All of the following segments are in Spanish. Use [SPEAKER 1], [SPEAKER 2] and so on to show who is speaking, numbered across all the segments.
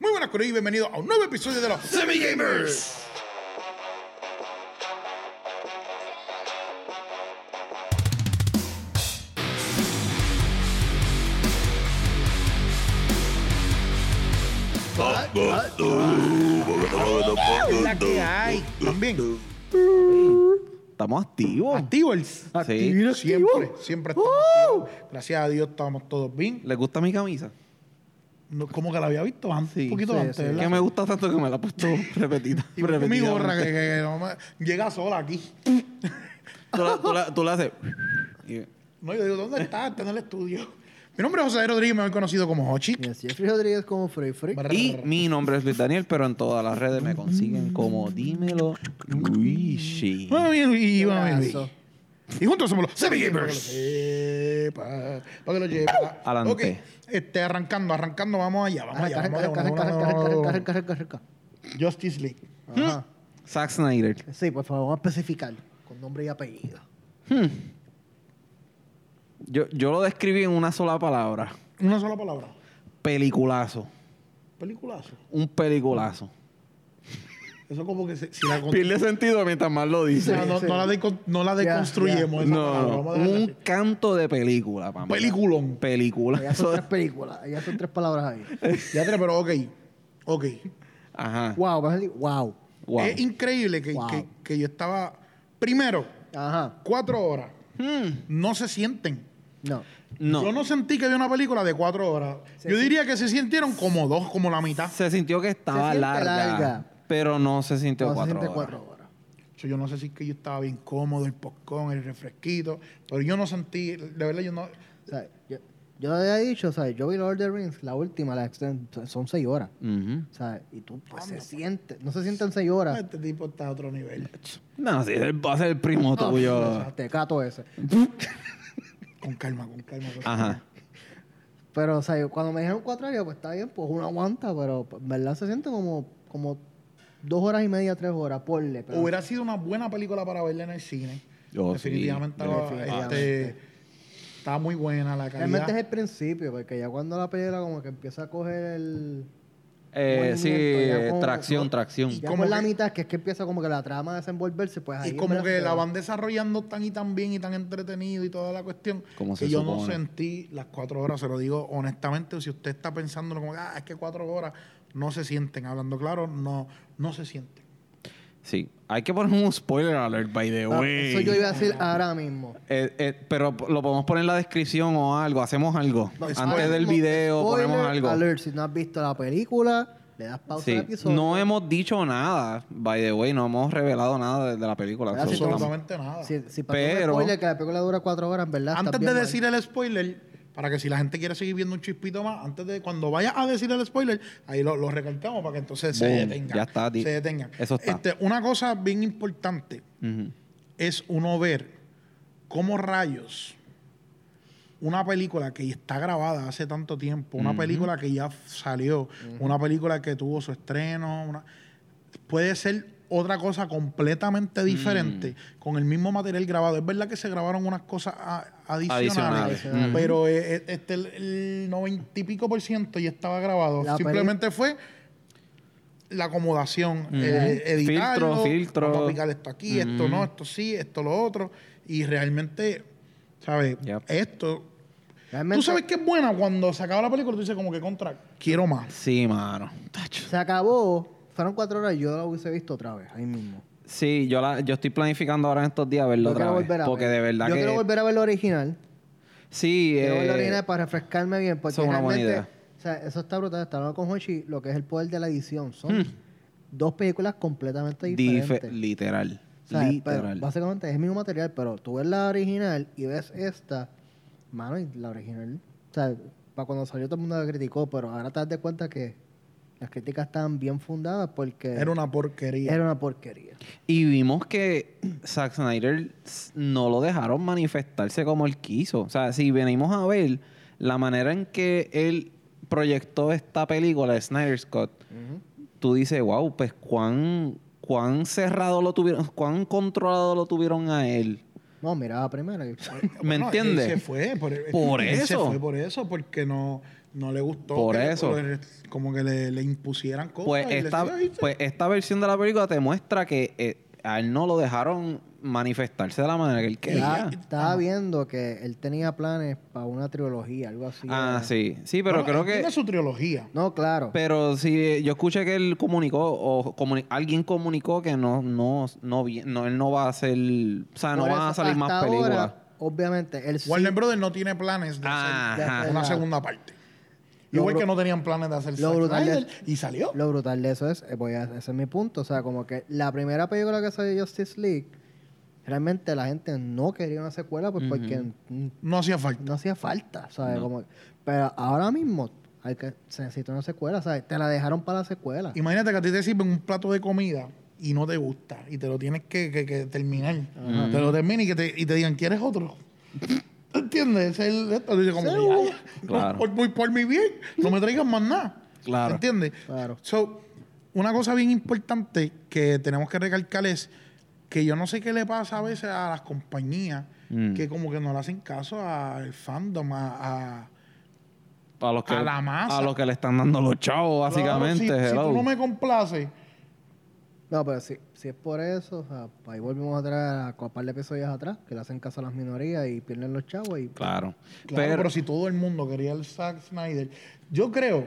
[SPEAKER 1] buenas Corillo y bienvenidos a un nuevo episodio de los
[SPEAKER 2] Semi Gamers.
[SPEAKER 1] La que hay. También.
[SPEAKER 3] Estamos activos.
[SPEAKER 1] Activos.
[SPEAKER 3] Activo,
[SPEAKER 1] Siempre, siempre estamos activos. Gracias a Dios estamos todos bien.
[SPEAKER 3] ¿Les gusta mi camisa?
[SPEAKER 1] No, como que la había visto antes, un poquito antes, ¿verdad?
[SPEAKER 3] Que me gusta tanto que me la he puesto repetida.
[SPEAKER 1] Y por mi
[SPEAKER 3] repetidamente.
[SPEAKER 1] gorra que, que no me- llega sola aquí.
[SPEAKER 3] Tú la, tú la- tú la haces. Y-
[SPEAKER 1] No, yo digo, ¿dónde está? Está en el estudio. Mi nombre es José Rodríguez, mejor conocido como Hochi.
[SPEAKER 4] Yes, Jeffrey Rodríguez como Frey Frey.
[SPEAKER 3] Y mi nombre es Luis Daniel, pero en todas las redes me consiguen como Dímelo Luigi.
[SPEAKER 1] Vamos bien, Luigi, vamos bien, Luigi.
[SPEAKER 4] Abrazo.
[SPEAKER 1] Y juntos somos los Semi Gamers. Para que lo lleva.
[SPEAKER 3] Adelante.
[SPEAKER 1] Ok, Este, arrancando, arrancando, vamos allá, vamos allá.
[SPEAKER 4] Arranca,
[SPEAKER 1] Vamos allá, vamos
[SPEAKER 4] arranca, arranca,
[SPEAKER 1] allá,
[SPEAKER 4] arranca,
[SPEAKER 1] vamos
[SPEAKER 4] arranca,
[SPEAKER 1] allá.
[SPEAKER 4] arranca, arranca, arranca.
[SPEAKER 1] Justice League.
[SPEAKER 4] Ajá.
[SPEAKER 3] Zack Snyder.
[SPEAKER 4] Sí, por favor, vamos a especificar con nombre y apellido.
[SPEAKER 3] Yo, yo lo describí en una sola palabra.
[SPEAKER 1] ¿Mm? Una sola palabra.
[SPEAKER 3] Peliculazo.
[SPEAKER 1] Peliculazo.
[SPEAKER 3] Un peliculazo.
[SPEAKER 1] Eso como que se- si la con-
[SPEAKER 3] Pierde sentido mientras más lo
[SPEAKER 1] o sea,
[SPEAKER 3] dice.
[SPEAKER 1] no,
[SPEAKER 4] sí.
[SPEAKER 1] no la decon- no la
[SPEAKER 4] Ya,
[SPEAKER 1] deconstruyemos. esa palabra,
[SPEAKER 3] No,
[SPEAKER 1] vamos a dejarla
[SPEAKER 3] un
[SPEAKER 1] así.
[SPEAKER 3] canto de película, para mí.
[SPEAKER 1] Peliculón.
[SPEAKER 4] Allá son
[SPEAKER 3] Peliculazo.
[SPEAKER 4] tres películas, allá son tres palabras ahí.
[SPEAKER 1] Ya tres, pero ok. Ok.
[SPEAKER 3] Ajá.
[SPEAKER 4] Wow, vas a decir, wow.
[SPEAKER 3] Wow.
[SPEAKER 1] Es increíble que,
[SPEAKER 4] Wow.
[SPEAKER 1] que- que yo estaba. Primero,
[SPEAKER 4] Ajá.
[SPEAKER 1] cuatro horas.
[SPEAKER 3] Hmm.
[SPEAKER 1] No se sienten.
[SPEAKER 4] No.
[SPEAKER 3] No.
[SPEAKER 1] Yo no sentí que había una película de cuatro horas.
[SPEAKER 4] Se
[SPEAKER 1] yo
[SPEAKER 4] siente-
[SPEAKER 1] diría que se sintieron como dos, como la mitad.
[SPEAKER 3] Se sintió que estaba
[SPEAKER 4] siente
[SPEAKER 3] larga,
[SPEAKER 4] larga.
[SPEAKER 3] Pero no se sintió
[SPEAKER 4] No, se
[SPEAKER 3] cuatro
[SPEAKER 4] siente
[SPEAKER 3] horas.
[SPEAKER 4] cuatro horas.
[SPEAKER 1] Yo- Yo no sé si es que yo estaba bien cómodo, el popcorn, el refresquito, pero yo no sentí, de verdad yo no...
[SPEAKER 4] O sea, yo, yo había dicho, o sea, yo vi Lord of the Rings, la última, la extend- son seis horas.
[SPEAKER 3] Ujú.
[SPEAKER 4] O sea, y tú pues, se siente, no se sienten seis
[SPEAKER 3] Ah.
[SPEAKER 4] horas.
[SPEAKER 1] Este tipo está a otro nivel.
[SPEAKER 3] No, sí, él va a ser el primo tuyo.
[SPEAKER 4] Te cato ese.
[SPEAKER 1] Con calma, con calma. con calma.
[SPEAKER 3] Ajá.
[SPEAKER 4] Pero, o sea, yo- cuando me dijeron cuatro horas, yo, pues está bien, pues uno aguanta, pero pues, en verdad se siente como, como dos horas y media, tres horas, porle. Pero,
[SPEAKER 1] Hubiera sido una buena película para verla en el cine.
[SPEAKER 3] Yo
[SPEAKER 1] definitivamente,
[SPEAKER 3] sí,
[SPEAKER 1] estaba,
[SPEAKER 4] definitivamente.
[SPEAKER 1] este, estaba muy buena la calidad.
[SPEAKER 4] realmente es el principio, porque ya cuando la película como que empieza a coger el...
[SPEAKER 3] Eh,
[SPEAKER 4] movimiento,
[SPEAKER 3] sí,
[SPEAKER 4] ya como-
[SPEAKER 3] tracción,
[SPEAKER 4] como-
[SPEAKER 3] tracción.
[SPEAKER 4] Ya
[SPEAKER 1] como
[SPEAKER 4] por la
[SPEAKER 1] que-
[SPEAKER 4] mitad, que es que empieza como que la trama a desenvolverse, pues ahí...
[SPEAKER 1] y como
[SPEAKER 4] ¿verdad?
[SPEAKER 1] que la
[SPEAKER 4] Pero-
[SPEAKER 1] van desarrollando tan y tan bien y tan entretenido y toda la cuestión
[SPEAKER 3] Como
[SPEAKER 1] que
[SPEAKER 3] se
[SPEAKER 1] yo no
[SPEAKER 3] supone.
[SPEAKER 1] sentí las cuatro horas, se lo digo honestamente, si usted está pensando como ah, es que cuatro horas no se sienten, hablando claro, no, no se sienten.
[SPEAKER 3] Sí. Hay que poner un spoiler alert, by the
[SPEAKER 4] Ah,
[SPEAKER 3] way.
[SPEAKER 4] Eso yo iba a decir ahora mismo.
[SPEAKER 3] Eh, eh, pero lo podemos poner en la descripción o algo. Hacemos algo.
[SPEAKER 4] No,
[SPEAKER 3] Antes
[SPEAKER 4] spoiler-
[SPEAKER 3] del video
[SPEAKER 4] spoiler
[SPEAKER 3] ponemos algo.
[SPEAKER 4] alert, si no has visto la película, le das pausa
[SPEAKER 3] Sí.
[SPEAKER 4] al episodio.
[SPEAKER 3] No hemos dicho nada, by the way. No hemos revelado nada de, de la película.
[SPEAKER 4] Ahora sí,
[SPEAKER 3] Absolutamente.
[SPEAKER 1] Absolutamente nada.
[SPEAKER 4] Si, si pasó un
[SPEAKER 3] Pero-
[SPEAKER 4] spoiler, que la película dura cuatro horas, en verdad. estás
[SPEAKER 1] antes
[SPEAKER 4] bien
[SPEAKER 1] de
[SPEAKER 4] mal.
[SPEAKER 1] decir el spoiler, para que si la gente quiere seguir viendo un chispito más, antes de cuando vaya a decir el spoiler, ahí lo, lo recalcamos para que entonces se
[SPEAKER 3] Boom,
[SPEAKER 1] detengan.
[SPEAKER 3] ya está, di-
[SPEAKER 1] se detengan.
[SPEAKER 3] eso está.
[SPEAKER 1] Este, una cosa bien importante
[SPEAKER 3] Ujú.
[SPEAKER 1] es uno ver cómo rayos una película que está grabada hace tanto tiempo, una película que ya f- salió, una película que tuvo su estreno, una- puede ser otra cosa completamente diferente
[SPEAKER 3] Mm.
[SPEAKER 1] con el mismo material grabado. Es verdad que se grabaron unas cosas a- adicionales,
[SPEAKER 3] Adicionales.
[SPEAKER 4] Adicionales.
[SPEAKER 1] pero eh, eh, este, el- el noventa y pico por ciento ya estaba grabado.
[SPEAKER 4] La peli-
[SPEAKER 1] Simplemente fue la acomodación, eh, editarlo,
[SPEAKER 3] Filtro, filtro.
[SPEAKER 1] vamos a picar esto aquí, esto
[SPEAKER 3] Ujú.
[SPEAKER 1] no, esto sí, esto lo otro. Y realmente, ¿sabes?
[SPEAKER 3] Yep.
[SPEAKER 1] Esto.
[SPEAKER 4] Realmente-
[SPEAKER 1] Tú sabes que es buena cuando se acaba la película, tú dices como que contra, quiero más.
[SPEAKER 3] Sí, mano. Tacho.
[SPEAKER 4] Se acabó, fueron cuatro horas, yo la hubiese visto otra vez, ahí mismo.
[SPEAKER 3] Sí, yo, la, yo estoy planificando ahora en estos días verlo
[SPEAKER 4] Yo
[SPEAKER 3] otra
[SPEAKER 4] quiero
[SPEAKER 3] vez.
[SPEAKER 4] volver a
[SPEAKER 3] porque
[SPEAKER 4] ver.
[SPEAKER 3] de verdad
[SPEAKER 4] Yo
[SPEAKER 3] que.
[SPEAKER 4] quiero volver a ver la original.
[SPEAKER 3] Sí,
[SPEAKER 4] Quiero ver la
[SPEAKER 3] eh,
[SPEAKER 4] original para refrescarme bien. Porque
[SPEAKER 3] eso es una buena
[SPEAKER 4] realmente,
[SPEAKER 3] idea.
[SPEAKER 4] O sea, eso está brutal. Está hablando con Hochi, lo que es el poder de la edición. Son dos películas completamente
[SPEAKER 3] Hmm. dife-
[SPEAKER 4] diferentes.
[SPEAKER 3] literal.
[SPEAKER 4] O sea,
[SPEAKER 3] literal.
[SPEAKER 4] pero básicamente es el mismo material, pero tú ves la original y ves esta. Mano, y la original. O sea, para cuando salió todo el mundo la criticó, pero ahora te das de cuenta que las críticas estaban bien fundadas porque
[SPEAKER 1] Era una porquería.
[SPEAKER 4] era una porquería.
[SPEAKER 3] Y vimos que Zack Snyder s- no lo dejaron manifestarse como él quiso. O sea, si venimos a ver la manera en que él proyectó esta película de Snyder Scott, tú dices, wow, pues cuán, cuán cerrado lo tuvieron, cuán controlado lo tuvieron a él.
[SPEAKER 4] No, miraba primero. y-
[SPEAKER 3] ¿Me
[SPEAKER 1] Bueno, él
[SPEAKER 3] entiendes?
[SPEAKER 1] Se fue por,
[SPEAKER 3] Por
[SPEAKER 1] él Se
[SPEAKER 3] eso.
[SPEAKER 1] fue por eso, porque no. No le gustó.
[SPEAKER 3] Por
[SPEAKER 1] que le-
[SPEAKER 3] eso.
[SPEAKER 1] le- como que le, le impusieran cosas.
[SPEAKER 3] Pues
[SPEAKER 1] y le
[SPEAKER 3] esta,
[SPEAKER 1] decía, "Viste".
[SPEAKER 3] pues esta versión de la película te muestra que eh, a él no lo dejaron manifestarse de la manera que él quería.
[SPEAKER 4] Estaba, estaba viendo que él tenía planes para una trilogía, algo así.
[SPEAKER 3] Ah,
[SPEAKER 4] era.
[SPEAKER 3] sí. Sí, pero
[SPEAKER 1] Bueno,
[SPEAKER 3] creo
[SPEAKER 1] él
[SPEAKER 3] que...
[SPEAKER 1] Tiene su trilogía.
[SPEAKER 4] No, claro.
[SPEAKER 3] Pero si yo escuché que él comunicó o comuni- alguien comunicó que no, no, no, vi- no, él no va a hacer, o sea, no
[SPEAKER 4] Por
[SPEAKER 3] van
[SPEAKER 4] eso,
[SPEAKER 3] a salir más
[SPEAKER 4] hasta
[SPEAKER 3] películas.
[SPEAKER 4] ahora, obviamente, él sí-
[SPEAKER 1] Warner Brothers no tiene planes de hacer
[SPEAKER 3] Ajá.
[SPEAKER 4] ya-
[SPEAKER 1] una
[SPEAKER 4] ya-
[SPEAKER 1] segunda parte.
[SPEAKER 4] Lo
[SPEAKER 1] Igual
[SPEAKER 4] bru-
[SPEAKER 1] que no tenían planes de hacer
[SPEAKER 4] lo
[SPEAKER 1] Zack
[SPEAKER 4] brutal de-
[SPEAKER 1] Snyder, y salió.
[SPEAKER 4] Lo brutal de eso es, eh, voy a, ese es mi punto, o sea, como que la primera película que salió de Justice League, realmente la gente no quería una secuela pues, porque mm,
[SPEAKER 1] No hacía falta.
[SPEAKER 4] no hacía falta, ¿sabes? Como, pero ahora mismo hay que, se necesita una secuela, ¿sabes? Te la dejaron para la secuela.
[SPEAKER 1] Imagínate que a ti te sirven un plato de comida y no te gusta y te lo tienes que, que- que terminar. Te lo terminas y, que te, y te digan, ¿quieres otro? ¿Entiendes? Ese Es el, esto. Dice, como,
[SPEAKER 4] Seguro.
[SPEAKER 1] "Ya, ya,
[SPEAKER 3] Claro.
[SPEAKER 1] por, por- por mi bien, no me traigan más nada.
[SPEAKER 3] Claro.
[SPEAKER 1] ¿Entiendes?
[SPEAKER 4] Claro.
[SPEAKER 1] So, una cosa bien importante que tenemos que recalcar es que yo no sé qué le pasa a veces a las compañías
[SPEAKER 3] Mm.
[SPEAKER 1] que como que no le hacen caso al fandom, a- a
[SPEAKER 3] A los que,
[SPEAKER 1] A la masa.
[SPEAKER 3] a los que le están dando los chavos, básicamente.
[SPEAKER 1] Claro, si, si
[SPEAKER 3] hello.
[SPEAKER 1] tú no me complaces,
[SPEAKER 4] No, pero si, si es por eso, o sea, ahí volvimos atrás, a un par de episodios atrás, que le hacen caso a las minorías y pierden los chavos y...
[SPEAKER 3] Claro.
[SPEAKER 1] Claro,
[SPEAKER 3] pero,
[SPEAKER 1] pero, si todo el mundo quería el Zack Snyder, yo creo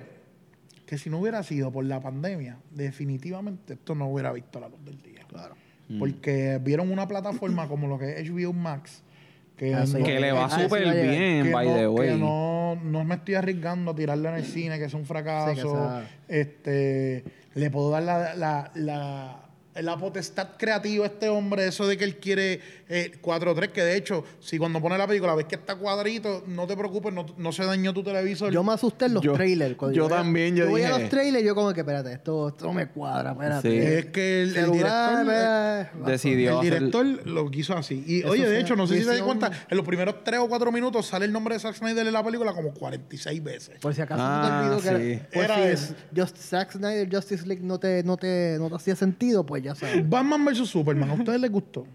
[SPEAKER 1] que si no hubiera sido por la pandemia, definitivamente esto no hubiera visto la luz del día. Claro. Porque vieron una plataforma como lo que es HBO Max, que,
[SPEAKER 4] Ah, sí.
[SPEAKER 1] no-
[SPEAKER 3] que le va
[SPEAKER 4] Ah, sí,
[SPEAKER 3] súper
[SPEAKER 4] va a llegar.
[SPEAKER 3] bien,
[SPEAKER 1] que
[SPEAKER 3] by
[SPEAKER 1] no,
[SPEAKER 3] the way.
[SPEAKER 1] que no, no me estoy arriesgando a tirarla en el cine, que es un
[SPEAKER 4] Sí, que
[SPEAKER 1] fracaso.
[SPEAKER 4] sea-
[SPEAKER 1] este, le puedo dar la, la, la- la potestad creativa a este hombre, eso de que él quiere eh, 4-3, que de hecho, si cuando pone la película ves que está cuadrito, no te preocupes, no, no se dañó tu televisor.
[SPEAKER 4] Yo me asusté en los
[SPEAKER 3] Yo-
[SPEAKER 4] trailers. cuando
[SPEAKER 3] yo
[SPEAKER 4] veía-
[SPEAKER 3] también, yo
[SPEAKER 4] yo veía
[SPEAKER 3] dije-
[SPEAKER 4] los trailers, yo como que, espérate, esto, esto no me cuadra, espérate.
[SPEAKER 1] es que el, el
[SPEAKER 4] Celular,
[SPEAKER 1] director...
[SPEAKER 4] eh,
[SPEAKER 3] Decidió
[SPEAKER 1] el
[SPEAKER 3] hacer-
[SPEAKER 1] director lo quiso así. Y
[SPEAKER 4] Eso
[SPEAKER 1] oye, de
[SPEAKER 4] sea
[SPEAKER 1] hecho, no sé si te di
[SPEAKER 4] visión-
[SPEAKER 1] cuenta, en los primeros 3 o 4 minutos sale el nombre de Zack Snyder en la película como 46 veces.
[SPEAKER 4] Por si acaso
[SPEAKER 3] Ah,
[SPEAKER 4] no te olvido que
[SPEAKER 3] sí.
[SPEAKER 4] era, por
[SPEAKER 1] Era
[SPEAKER 4] si
[SPEAKER 1] eso.
[SPEAKER 4] Just- Zack Snyder Justice League no te, no te, no te hacía sentido, pues ya sabes.
[SPEAKER 1] Batman vs. Superman, ¿a ustedes les gustó?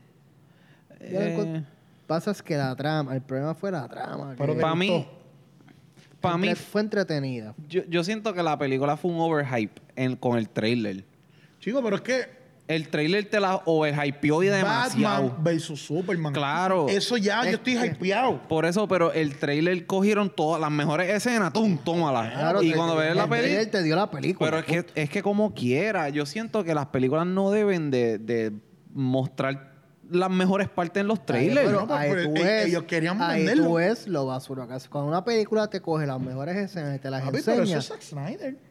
[SPEAKER 4] Yo
[SPEAKER 3] Eh.
[SPEAKER 4] la encont- Pasa es que la trama, el problema fue la trama.
[SPEAKER 1] Pero
[SPEAKER 4] que
[SPEAKER 1] te
[SPEAKER 3] Para mí,
[SPEAKER 1] gustó.
[SPEAKER 3] para mí
[SPEAKER 4] entre- fue entretenida.
[SPEAKER 3] yo, yo siento que la película fue un overhype en, con el trailer.
[SPEAKER 1] Chico, pero es que
[SPEAKER 3] El trailer te la overhypeó y demasiado.
[SPEAKER 1] Batman versus Superman.
[SPEAKER 3] Claro.
[SPEAKER 1] Eso ya, yo estoy hypeado.
[SPEAKER 3] Por eso, pero el trailer cogieron todas las mejores escenas, ¡tum! Tómalas. y
[SPEAKER 4] te-
[SPEAKER 3] cuando ves
[SPEAKER 4] el
[SPEAKER 3] la
[SPEAKER 4] trailer
[SPEAKER 3] película.
[SPEAKER 4] te dio la película.
[SPEAKER 3] Pero es que, es que como quiera, yo siento que las películas no deben de, de mostrar las mejores partes en los trailers.
[SPEAKER 4] Pero
[SPEAKER 1] No,
[SPEAKER 4] ahí
[SPEAKER 1] pero
[SPEAKER 4] tú
[SPEAKER 1] e-
[SPEAKER 4] ves-
[SPEAKER 1] ellos querían
[SPEAKER 4] ahí
[SPEAKER 1] venderlo.
[SPEAKER 4] tú ves lo basura que hace. Cuando una película te coge las mejores escenas y te las
[SPEAKER 1] Papi, pero eso
[SPEAKER 4] enseña.
[SPEAKER 1] es Zack Snyder.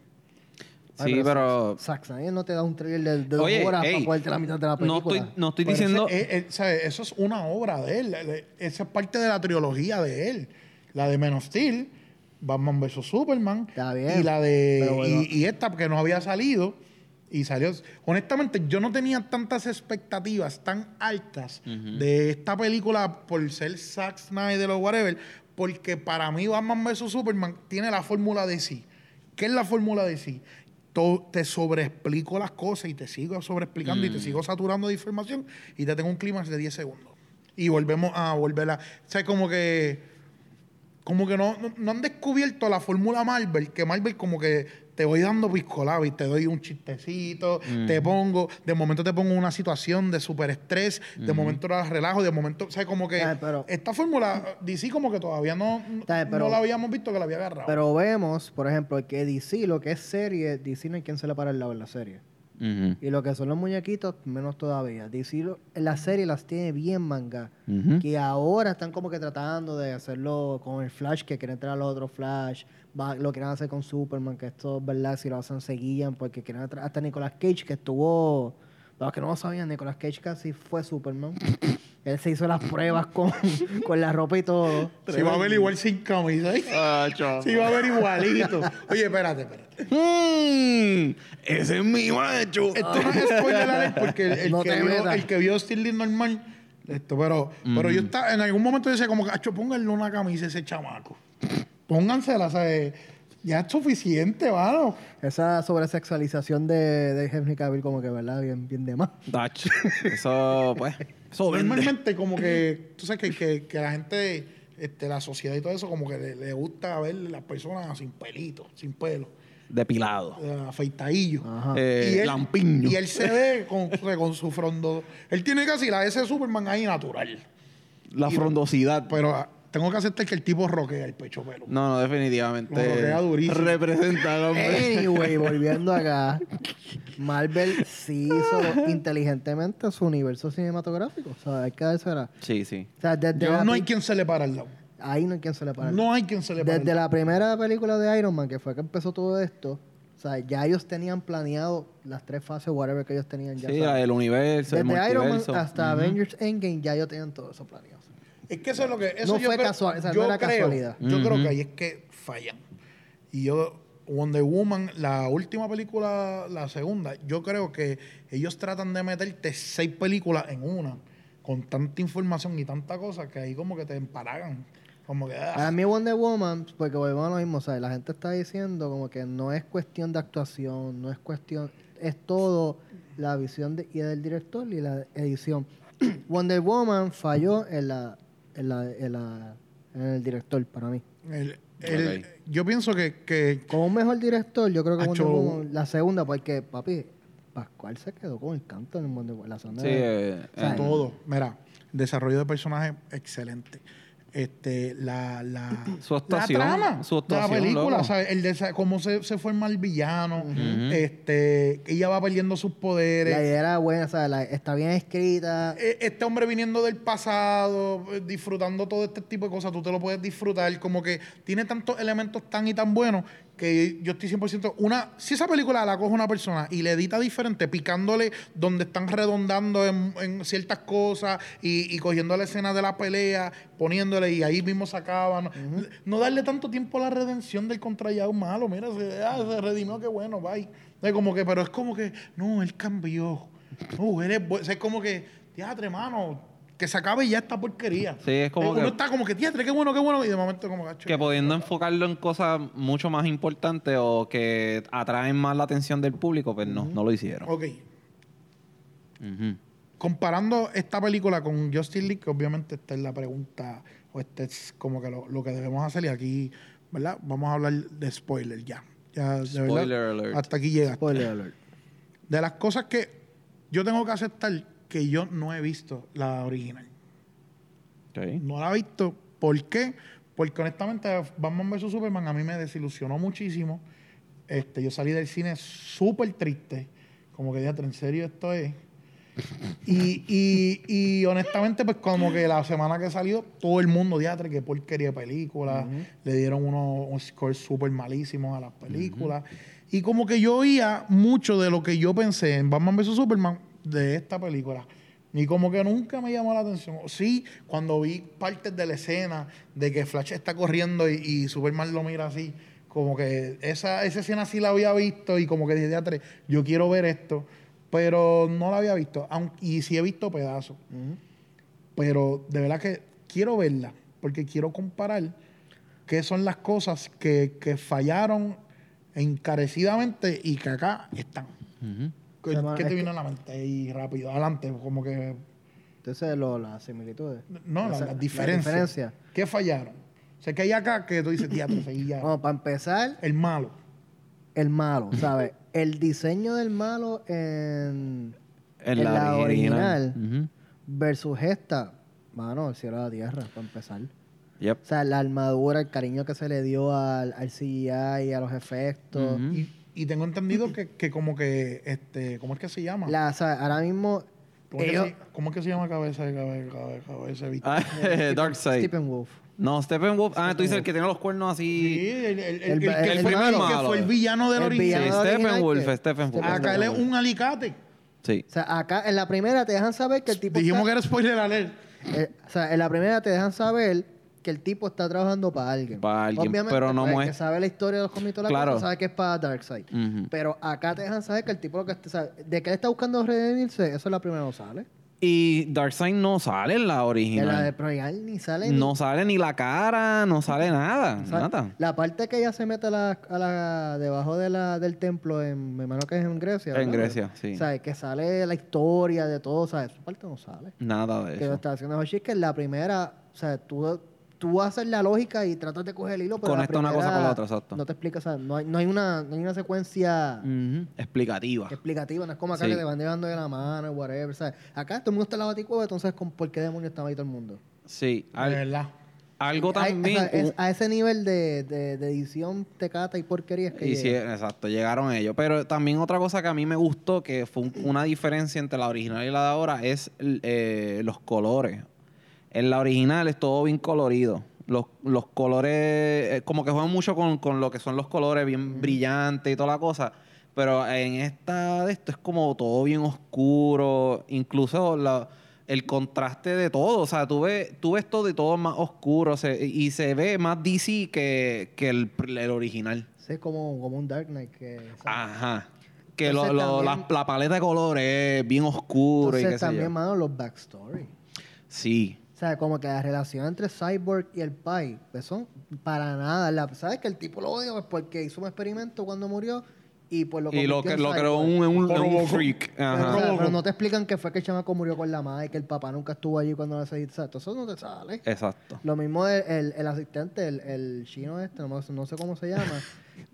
[SPEAKER 4] Ay,
[SPEAKER 3] sí, pero.
[SPEAKER 4] Zack Snyder no te da un trailer de, de dos
[SPEAKER 3] Oye,
[SPEAKER 4] horas
[SPEAKER 3] ey,
[SPEAKER 4] para cogerte la mitad de
[SPEAKER 3] No
[SPEAKER 4] la película.
[SPEAKER 3] estoy, no estoy
[SPEAKER 1] Pero ese-
[SPEAKER 3] diciendo.
[SPEAKER 1] eh, eh, ¿sabes? Eso es una obra de él. Le- Esa es parte de la trilogía de él. La de Man of Steel, Batman vs. Superman.
[SPEAKER 4] Está bien,
[SPEAKER 1] Y la de.
[SPEAKER 4] pero bueno.
[SPEAKER 1] Y, y esta, porque no había salido. Y salió. Honestamente, yo no tenía tantas expectativas tan altas de esta película por ser Zack Snyder o whatever. Porque para mí, Batman vs. Superman tiene la fórmula de sí. ¿Qué es la fórmula de sí? to- te sobreexplico las cosas y te sigo sobreexplicando
[SPEAKER 4] Mm.
[SPEAKER 1] y te sigo saturando de información y te tengo un clímax de 10 segundos. Y volvemos a volver a... O sea, como que... Como que no, no, no han descubierto la fórmula Marvel, que Marvel como que te voy dando piscolabis, te doy un chistecito, te pongo, de momento te pongo una situación de super estrés, de momento la relajo, de momento, o sea, como que
[SPEAKER 4] Ay, pero-
[SPEAKER 1] esta fórmula DC como que todavía no,
[SPEAKER 4] Ay, pero-
[SPEAKER 1] no la habíamos visto que la había agarrado.
[SPEAKER 4] Pero vemos, por ejemplo, que DC, lo que es serie, DC no hay quien se le para el lado en la serie.
[SPEAKER 3] Ujú,
[SPEAKER 4] Y lo que son los muñequitos, menos todavía. DC, lo- la serie las tiene bien manga.
[SPEAKER 3] ujú.
[SPEAKER 4] Que ahora están como que tratando de hacerlo con el Flash, que quieren traer a los otros Flash. va- lo quieren hacer con Superman, que esto, ¿verdad? Si lo hacen, se guían, porque quieren traer hasta Nicolas Cage, que estuvo. Para los que no lo sabían, Nicolas Cage casi fue Superman. Él se hizo las pruebas con, con la ropa y todo.
[SPEAKER 1] Se va a ver igual sin camisa. ¿eh?
[SPEAKER 4] Ah.
[SPEAKER 1] Se iba a ver igualito. Oye, espérate, espérate.
[SPEAKER 3] Mm, ese es mi macho.
[SPEAKER 4] Eh,
[SPEAKER 1] Esto no es spoiler alert porque el, el
[SPEAKER 4] No
[SPEAKER 1] que,
[SPEAKER 4] te
[SPEAKER 1] vio,
[SPEAKER 4] metas.
[SPEAKER 1] el que vio Steel Lee normal, esto, pero, pero
[SPEAKER 3] Mm.
[SPEAKER 1] yo está, en algún momento yo decía como, cacho, pónganle una camisa a ese chamaco. Póngansela, ¿sabes? Ya es suficiente, mano.
[SPEAKER 4] Esa sobresexualización de, de Henry Cavill, como que, ¿verdad? Bien, bien de más.
[SPEAKER 3] Tacho, Eso, pues. Eso vende.
[SPEAKER 1] Normalmente como que, tú sabes que, que- que la gente este, la sociedad y todo eso, como que le, le gusta ver las personas sin pelito, sin pelo,
[SPEAKER 3] Depilado.
[SPEAKER 1] eh, afeitadillo.
[SPEAKER 4] Ajá.
[SPEAKER 3] Eh,
[SPEAKER 1] y él,
[SPEAKER 3] lampiño.
[SPEAKER 1] Y él se ve con, con su frondo. Él tiene casi la S de Superman ahí natural.
[SPEAKER 3] la frondosidad.
[SPEAKER 4] Pues,
[SPEAKER 1] Pero ah, tengo que aceptar que el tipo roquea el pecho pelo.
[SPEAKER 3] No, no, definitivamente.
[SPEAKER 1] Lo rodea durísimo.
[SPEAKER 3] Representa al
[SPEAKER 4] Eh.
[SPEAKER 3] hombre.
[SPEAKER 4] Anyway, volviendo acá, Marvel sí hizo inteligentemente su universo cinematográfico. O sea, hay que dársela.
[SPEAKER 3] Sí, sí.
[SPEAKER 4] O sea, desde
[SPEAKER 1] Ya
[SPEAKER 4] la
[SPEAKER 1] no hay
[SPEAKER 4] pri-
[SPEAKER 1] quien se le para al lado.
[SPEAKER 4] Ahí no hay quien se le para.
[SPEAKER 1] No hay quien se le para. al
[SPEAKER 4] Desde
[SPEAKER 1] lado.
[SPEAKER 4] la primera película de Iron Man, que fue que empezó todo esto, o sea, ya ellos tenían planeado las tres fases, whatever que ellos tenían ya.
[SPEAKER 3] Sí,
[SPEAKER 4] ¿sabes?
[SPEAKER 3] la del universo, el
[SPEAKER 4] Desde Iron Man
[SPEAKER 3] multiverso.
[SPEAKER 4] hasta Avengers Endgame ya ellos tenían todo eso planeado.
[SPEAKER 1] Es que eso es lo que. Eso
[SPEAKER 4] No
[SPEAKER 1] yo
[SPEAKER 4] fue
[SPEAKER 1] creo-
[SPEAKER 4] casual, o sea, no
[SPEAKER 1] yo
[SPEAKER 4] era
[SPEAKER 1] creo-
[SPEAKER 4] casualidad.
[SPEAKER 1] Yo creo
[SPEAKER 3] Ujú.
[SPEAKER 1] que ahí es que fallan. Y yo, Wonder Woman, la última película, la segunda, yo creo que ellos tratan de meterte seis películas en una, con tanta información y tanta cosa que ahí como que te empalagan. Como que. ah.
[SPEAKER 4] A mí Wonder Woman, porque volvemos a lo mismo, o sea, la gente está diciendo como que no es cuestión de actuación, no es cuestión, es todo la visión de- y del director y la edición. Wonder Woman falló en la, en la, en la- en el director para mí.
[SPEAKER 1] El- el- Yo pienso que, que
[SPEAKER 4] Con un mejor director, yo creo que Wonder
[SPEAKER 1] Acho.
[SPEAKER 4] Woman, la segunda, porque papi, Pascual se quedó con el canto en Wonder Woman, la segunda.
[SPEAKER 3] Sí, eh,
[SPEAKER 4] O sea,
[SPEAKER 3] eh,
[SPEAKER 1] todo. Mira, desarrollo de personaje excelente. Este, la, la,
[SPEAKER 3] Su actuación,
[SPEAKER 1] la trama
[SPEAKER 3] su
[SPEAKER 1] de
[SPEAKER 3] actuación,
[SPEAKER 1] la película,
[SPEAKER 3] loco.
[SPEAKER 1] ¿sabes? El desa- cómo se, se forma el villano,
[SPEAKER 3] Ujú.
[SPEAKER 1] este, ella va perdiendo sus
[SPEAKER 4] la
[SPEAKER 1] poderes,
[SPEAKER 4] idea era buena, o sea, la- está bien escrita.
[SPEAKER 1] E- este hombre viniendo del pasado, eh, disfrutando todo este tipo de cosas, tú te lo puedes disfrutar, como que tiene tantos elementos tan y tan buenos que yo estoy 100% una si esa película la coge una persona y le edita diferente picándole donde están redondando en, en ciertas cosas y, y cogiendo la escena de la pelea poniéndole y ahí mismo sacaban no darle tanto tiempo a la redención del contrallado malo mira se, ah, se redimió qué bueno bye es como que pero es como que no él cambió no él es bu- o sea, es como que teatro hermano que se acabe ya esta porquería
[SPEAKER 3] Sí, es como
[SPEAKER 1] uno
[SPEAKER 3] que-
[SPEAKER 1] está como que teatro qué bueno qué bueno y de momento como gacho
[SPEAKER 3] que pudiendo enfocarlo en cosas mucho más importantes o que atraen más la atención del público, pues no, no lo hicieron.
[SPEAKER 1] ok
[SPEAKER 3] Ujú.
[SPEAKER 1] comparando esta película con Justin League, que obviamente esta es la pregunta, o este es como que lo, lo que debemos hacer, y aquí, ¿verdad? Vamos a hablar de spoiler ya. Ya, de verdad,
[SPEAKER 3] Spoiler alert.
[SPEAKER 1] Hasta aquí llega.
[SPEAKER 4] Spoiler alert.
[SPEAKER 1] De las cosas que yo tengo que aceptar, que yo no he visto la original.
[SPEAKER 3] Ok.
[SPEAKER 1] No la he visto. ¿Por qué? Porque honestamente Batman vs. Superman a mí me desilusionó muchísimo. Este, yo salí del cine súper triste. Como que dije, en serio esto es. Y, y, y honestamente, pues como que la semana que salió, todo el mundo diatre, que porquería de película. Le dieron unos, unos scores súper malísimos a las películas. Y como que yo oía mucho de lo que yo pensé en Batman vs. Superman de esta película. Y como que nunca me llamó la atención. Sí, cuando vi partes de la escena de que Flash está corriendo y, y Superman lo mira así, como que esa, esa escena sí la había visto y como que dije, "Diatre, yo quiero ver esto, pero no la había visto. aun- y sí he visto pedazos. Pero de verdad que quiero verla, porque quiero comparar qué son las cosas que, que fallaron encarecidamente y que acá están.
[SPEAKER 3] Ujú.
[SPEAKER 1] ¿Qué,
[SPEAKER 4] Pero,
[SPEAKER 1] qué
[SPEAKER 4] es
[SPEAKER 1] te
[SPEAKER 4] que-
[SPEAKER 1] vino a la mente? Y rápido, adelante, como que
[SPEAKER 4] Entonces, lo, las similitudes.
[SPEAKER 1] no,
[SPEAKER 4] O
[SPEAKER 1] las
[SPEAKER 4] sea,
[SPEAKER 1] la diferencias.
[SPEAKER 4] diferencia.
[SPEAKER 1] ¿Qué fallaron? O sea, que hay acá que tú dices, teatro, seguí ya.
[SPEAKER 4] Bueno, para empezar,
[SPEAKER 1] El malo.
[SPEAKER 4] el malo, ¿sabes? el diseño del malo en
[SPEAKER 3] En,
[SPEAKER 4] En
[SPEAKER 3] la,
[SPEAKER 4] la
[SPEAKER 3] original.
[SPEAKER 4] original.
[SPEAKER 3] Ujú.
[SPEAKER 4] versus esta, mano, el cielo a la tierra, para empezar. O
[SPEAKER 3] Yep.
[SPEAKER 4] sea, la armadura, el cariño que se le dio al, al CGI, a los efectos.
[SPEAKER 3] Ujú.
[SPEAKER 1] Y, y tengo entendido que, que como que, este, ¿cómo es que se llama?
[SPEAKER 4] La, o sea, ahora mismo,
[SPEAKER 1] ¿Cómo, es que
[SPEAKER 4] ellos-
[SPEAKER 1] se, cómo es que se llama cabeza de cabeza, cabeza, cabeza, bicho?
[SPEAKER 3] Ah, Darkseid.
[SPEAKER 4] Steppenwolf.
[SPEAKER 3] No, Steppenwolf. Ah, tú dices el que tiene los cuernos así.
[SPEAKER 1] Sí, el, el, el,
[SPEAKER 4] El-
[SPEAKER 1] el que
[SPEAKER 4] el
[SPEAKER 1] fue
[SPEAKER 4] malo.
[SPEAKER 1] que fue el villano del
[SPEAKER 4] El
[SPEAKER 1] original.
[SPEAKER 4] villano
[SPEAKER 3] Sí,
[SPEAKER 4] original
[SPEAKER 3] Steppenwolf,
[SPEAKER 4] que-
[SPEAKER 3] Steppenwolf.
[SPEAKER 1] Acá él es un alicate.
[SPEAKER 3] Sí.
[SPEAKER 4] O sea, acá en la primera te dejan saber que el tipo
[SPEAKER 1] Dijimos que
[SPEAKER 4] está-
[SPEAKER 1] era spoiler alert.
[SPEAKER 4] eh, o sea, en la primera te dejan saber que el tipo está trabajando para alguien.
[SPEAKER 3] Para alguien, pero no
[SPEAKER 4] pues, el
[SPEAKER 3] muest-
[SPEAKER 4] que sabe la historia de los cómics y toda la
[SPEAKER 3] Claro.
[SPEAKER 4] cosa, sabe que es para Darkseid.
[SPEAKER 3] Ujú.
[SPEAKER 4] Pero acá te dejan saber que el tipo lo que está- o sea, de que él está buscando redimirse, eso es la primera no sale.
[SPEAKER 3] Y Darkseid no sale en la
[SPEAKER 4] Y la de
[SPEAKER 3] original.
[SPEAKER 4] Proyal ni sale ni-
[SPEAKER 3] No sale ni la cara, no sale nada.
[SPEAKER 4] o sea,
[SPEAKER 3] Nada.
[SPEAKER 4] La parte que ella se mete a la, a la- debajo de la, del templo, en, me imagino que es en Grecia.
[SPEAKER 3] En
[SPEAKER 4] ¿verdad?
[SPEAKER 3] Grecia, sí.
[SPEAKER 4] O sea, que sale la historia de todo, o sea, esa parte no sale.
[SPEAKER 3] Nada de
[SPEAKER 4] Que lo
[SPEAKER 3] eso.
[SPEAKER 4] está haciendo Hoshi, que en la primera, o sea, tú tú haces la lógica y tratas de coger el hilo, pero la
[SPEAKER 3] Conecta una cosa
[SPEAKER 4] primera
[SPEAKER 3] con la otra, exacto.
[SPEAKER 4] No te explica, o sea, no hay, no hay, una, no hay una secuencia
[SPEAKER 3] Ujú. Explicativa.
[SPEAKER 4] explicativa, no es como acá
[SPEAKER 3] Ah. Sí.
[SPEAKER 4] que te van llevando de la mano, whatever, ¿sabes? Acá todo el mundo está en la baticueva, entonces ¿con ¿por qué demonios estaba ahí todo el mundo?
[SPEAKER 3] Sí. Al-
[SPEAKER 1] de verdad.
[SPEAKER 3] algo
[SPEAKER 4] Hay- o
[SPEAKER 3] también.
[SPEAKER 4] sea, es-
[SPEAKER 3] un-
[SPEAKER 4] a ese nivel de, de, de edición, tecata y porquerías que
[SPEAKER 3] y sí,
[SPEAKER 4] llega.
[SPEAKER 3] exacto, llegaron ellos. Pero también otra cosa que a mí me gustó, que fue un- una diferencia entre la original y la de ahora, es l- eh, los colores. En la original es todo bien colorido. Los, los colores, eh, como que juegan mucho con, con lo que son los colores bien brillantes y toda la cosa. Pero en esta de esto es como todo bien oscuro. Incluso la- el contraste de todo. O sea, tú ves, tú ves todo y todo es más oscuro. se- y se ve más DC que, que el pr- el original.
[SPEAKER 4] Sí, es como, como un Dark Knight que... o sea,
[SPEAKER 3] Ajá. Que
[SPEAKER 4] Entonces,
[SPEAKER 3] lo- lo-
[SPEAKER 4] también-
[SPEAKER 3] la, la paleta de colores es bien oscura y qué
[SPEAKER 4] Entonces
[SPEAKER 3] sé yo.
[SPEAKER 4] también, mano, los backstory.
[SPEAKER 3] Sí.
[SPEAKER 4] O sea, como que la relación entre Cyborg y el Pai, pues son para nada. La, ¿Sabes que el tipo lo odia? Pues porque hizo un experimento cuando murió y pues lo
[SPEAKER 3] y lo,
[SPEAKER 4] convirtió
[SPEAKER 3] que,
[SPEAKER 4] en
[SPEAKER 3] lo creó
[SPEAKER 4] cyborg.
[SPEAKER 3] un, un-
[SPEAKER 1] Provocó.
[SPEAKER 3] un freak.
[SPEAKER 4] Pero, o sea,
[SPEAKER 3] Ajá.
[SPEAKER 4] Pero, no te explican que fue que el chamaco murió con la madre, que el papá nunca estuvo allí cuando la se Exacto, eso no te sale.
[SPEAKER 3] Exacto.
[SPEAKER 4] Lo mismo el, el, el asistente, el, el chino este, no, me- no sé cómo se llama.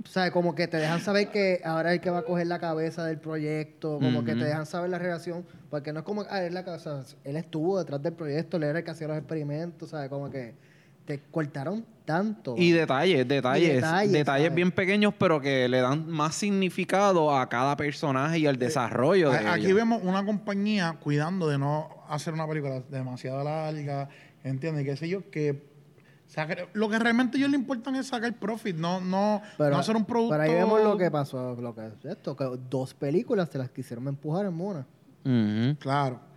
[SPEAKER 4] o sea, como que te dejan saber que ahora es el que va a coger la cabeza del proyecto, como que te
[SPEAKER 3] Ujú.
[SPEAKER 4] dejan saber la relación, porque no es como, ah, él, la, cabeza, él estuvo detrás del proyecto, él era el que hacía los experimentos, ¿sabes? Como que te cortaron tanto.
[SPEAKER 3] Y detalles, detalles.
[SPEAKER 4] detalles,
[SPEAKER 3] detalles
[SPEAKER 4] ¿sabes?
[SPEAKER 3] bien pequeños, pero que le dan más significado a cada personaje
[SPEAKER 4] Eh,
[SPEAKER 3] y al desarrollo de
[SPEAKER 1] A- Aquí
[SPEAKER 3] ellos.
[SPEAKER 1] vemos una compañía cuidando de no hacer una película demasiado larga, ¿entiendes? Qué sé yo, que saque- lo que realmente a ellos le importan es sacar profit, no, no, no hacer un producto.
[SPEAKER 4] Pero ahí vemos lo que pasó, lo que esto, que dos películas te las quisieron empujar en una.
[SPEAKER 3] Ujú.
[SPEAKER 1] Claro.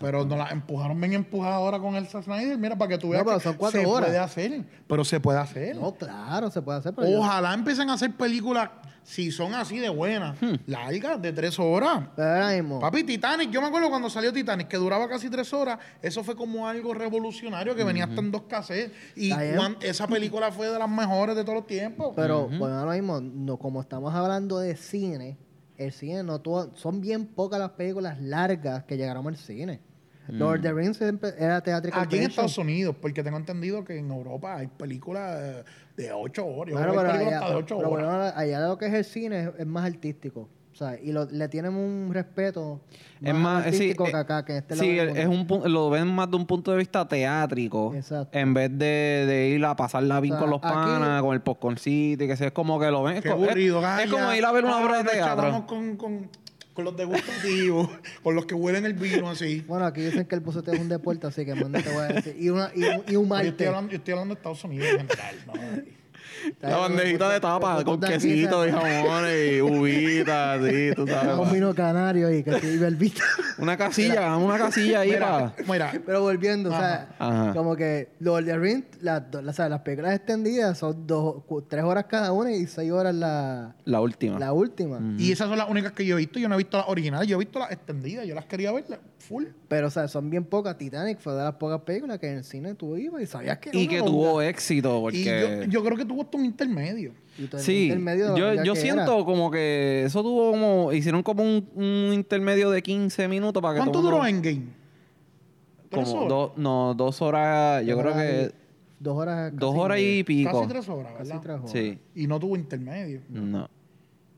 [SPEAKER 1] Pero nos la empujaron bien empujada ahora con el Snyder. Mira, para que tú
[SPEAKER 4] No,
[SPEAKER 1] veas
[SPEAKER 4] pero
[SPEAKER 1] que
[SPEAKER 4] son cuatro
[SPEAKER 1] se
[SPEAKER 4] horas.
[SPEAKER 1] puede hacer. Pero se puede hacer.
[SPEAKER 4] No, claro, se puede hacer, pero yo-
[SPEAKER 1] Ojalá empiecen a hacer películas, si son así de buenas,
[SPEAKER 4] Hmm.
[SPEAKER 1] largas, de tres horas.
[SPEAKER 4] pero ahora mismo.
[SPEAKER 1] Papi, Titanic, yo me acuerdo cuando salió Titanic, que duraba casi tres horas, eso fue como algo revolucionario, que venía hasta en dos cassettes. Y
[SPEAKER 4] Está bien.
[SPEAKER 1] cuan- esa película fue de las mejores de todos los tiempos.
[SPEAKER 4] Pero bueno, ahora mismo, no, como estamos hablando de cine, el cine no todo, son bien pocas las películas largas que llegaron al cine.
[SPEAKER 3] Mm.
[SPEAKER 4] Lord of the Rings siempre era teatrical.
[SPEAKER 1] Aquí en
[SPEAKER 4] version.
[SPEAKER 1] Estados Unidos, porque tengo entendido que en Europa hay películas de ocho horas. Yo creo
[SPEAKER 4] Claro,
[SPEAKER 1] que
[SPEAKER 4] pero
[SPEAKER 1] hay películas
[SPEAKER 4] allá,
[SPEAKER 1] hasta de ocho
[SPEAKER 4] pero
[SPEAKER 1] horas.
[SPEAKER 4] bueno, allá lo que es el cine es, es más artístico. O sea, y lo- le tienen un respeto
[SPEAKER 3] Es más, eh, sí,
[SPEAKER 4] artístico que
[SPEAKER 3] eh,
[SPEAKER 4] acá, que en este
[SPEAKER 3] sí,
[SPEAKER 4] lado del
[SPEAKER 3] es
[SPEAKER 4] mundo.
[SPEAKER 3] un pu- lo ven más de un punto de vista teátrico.
[SPEAKER 4] Exacto.
[SPEAKER 3] En vez de, de ir a pasarla bien
[SPEAKER 4] sea,
[SPEAKER 3] con los
[SPEAKER 4] aquí-
[SPEAKER 3] panas, con el popcorncito, y que sea, es como que lo ven. es
[SPEAKER 1] Qué
[SPEAKER 3] co- es-
[SPEAKER 1] aburrido,
[SPEAKER 3] es,
[SPEAKER 1] Gaia.
[SPEAKER 3] como ir a ver una
[SPEAKER 1] Ah,
[SPEAKER 3] obra de
[SPEAKER 1] nos
[SPEAKER 3] teatro.
[SPEAKER 1] chavamos con, con, con los degustativos, con los que huelen el vino así.
[SPEAKER 4] Bueno, aquí dicen que el bocete es un deporte, así que manda te voy a decir. Y, una, y, un- y
[SPEAKER 1] Pero
[SPEAKER 4] un
[SPEAKER 1] Yo estoy,
[SPEAKER 4] martes.
[SPEAKER 1] hablando, yo estoy hablando de Estados Unidos en general. ¿no?
[SPEAKER 3] La bandejita de tapa con quesito y
[SPEAKER 4] hijo.
[SPEAKER 3] jamones y uvitas, así, tú
[SPEAKER 4] Con
[SPEAKER 3] sabes.
[SPEAKER 4] vino canario y que se vive el vino.
[SPEAKER 3] Una casilla, una casilla ahí para...
[SPEAKER 1] Mira, mira,
[SPEAKER 4] Pero volviendo, o sea,
[SPEAKER 1] Ajá.
[SPEAKER 3] Ajá.
[SPEAKER 4] como que Lord of the Rings, las, do- las- o sea, las películas extendidas son dos, cu- tres horas cada una y seis horas la,
[SPEAKER 3] La última.
[SPEAKER 4] la última.
[SPEAKER 3] Mm.
[SPEAKER 1] Y esas son las únicas que yo he visto. Yo no he visto las originales, yo he visto las extendidas. Yo las quería ver las full.
[SPEAKER 4] Pero, o sea, son bien pocas. Titanic fue de las pocas películas que en el cine tú ibas y sabías que era
[SPEAKER 3] y
[SPEAKER 4] una
[SPEAKER 3] que
[SPEAKER 4] bomba.
[SPEAKER 3] tuvo éxito, porque...
[SPEAKER 1] Y yo, yo creo que tuvo hasta un intermedio.
[SPEAKER 4] Y todo el
[SPEAKER 3] Sí,
[SPEAKER 4] intermedio de la
[SPEAKER 3] yo,
[SPEAKER 4] película
[SPEAKER 3] yo
[SPEAKER 4] que
[SPEAKER 3] siento
[SPEAKER 4] era.
[SPEAKER 3] como que eso tuvo como... Hicieron como un, un intermedio de 15 minutos para que...
[SPEAKER 1] ¿Cuánto
[SPEAKER 3] todo el
[SPEAKER 1] duró
[SPEAKER 3] mundo-
[SPEAKER 1] Endgame? ¿Tres
[SPEAKER 3] Como
[SPEAKER 1] horas?
[SPEAKER 3] dos, no, dos horas, yo
[SPEAKER 4] Dos
[SPEAKER 3] creo
[SPEAKER 4] horas
[SPEAKER 3] que...
[SPEAKER 4] y- Dos horas.
[SPEAKER 3] Dos
[SPEAKER 4] casi
[SPEAKER 3] horas y
[SPEAKER 4] media.
[SPEAKER 3] pico.
[SPEAKER 1] Casi tres horas,
[SPEAKER 4] Casi
[SPEAKER 1] ¿verdad?
[SPEAKER 4] tres horas.
[SPEAKER 3] Sí,
[SPEAKER 1] Y no tuvo intermedio.
[SPEAKER 3] no.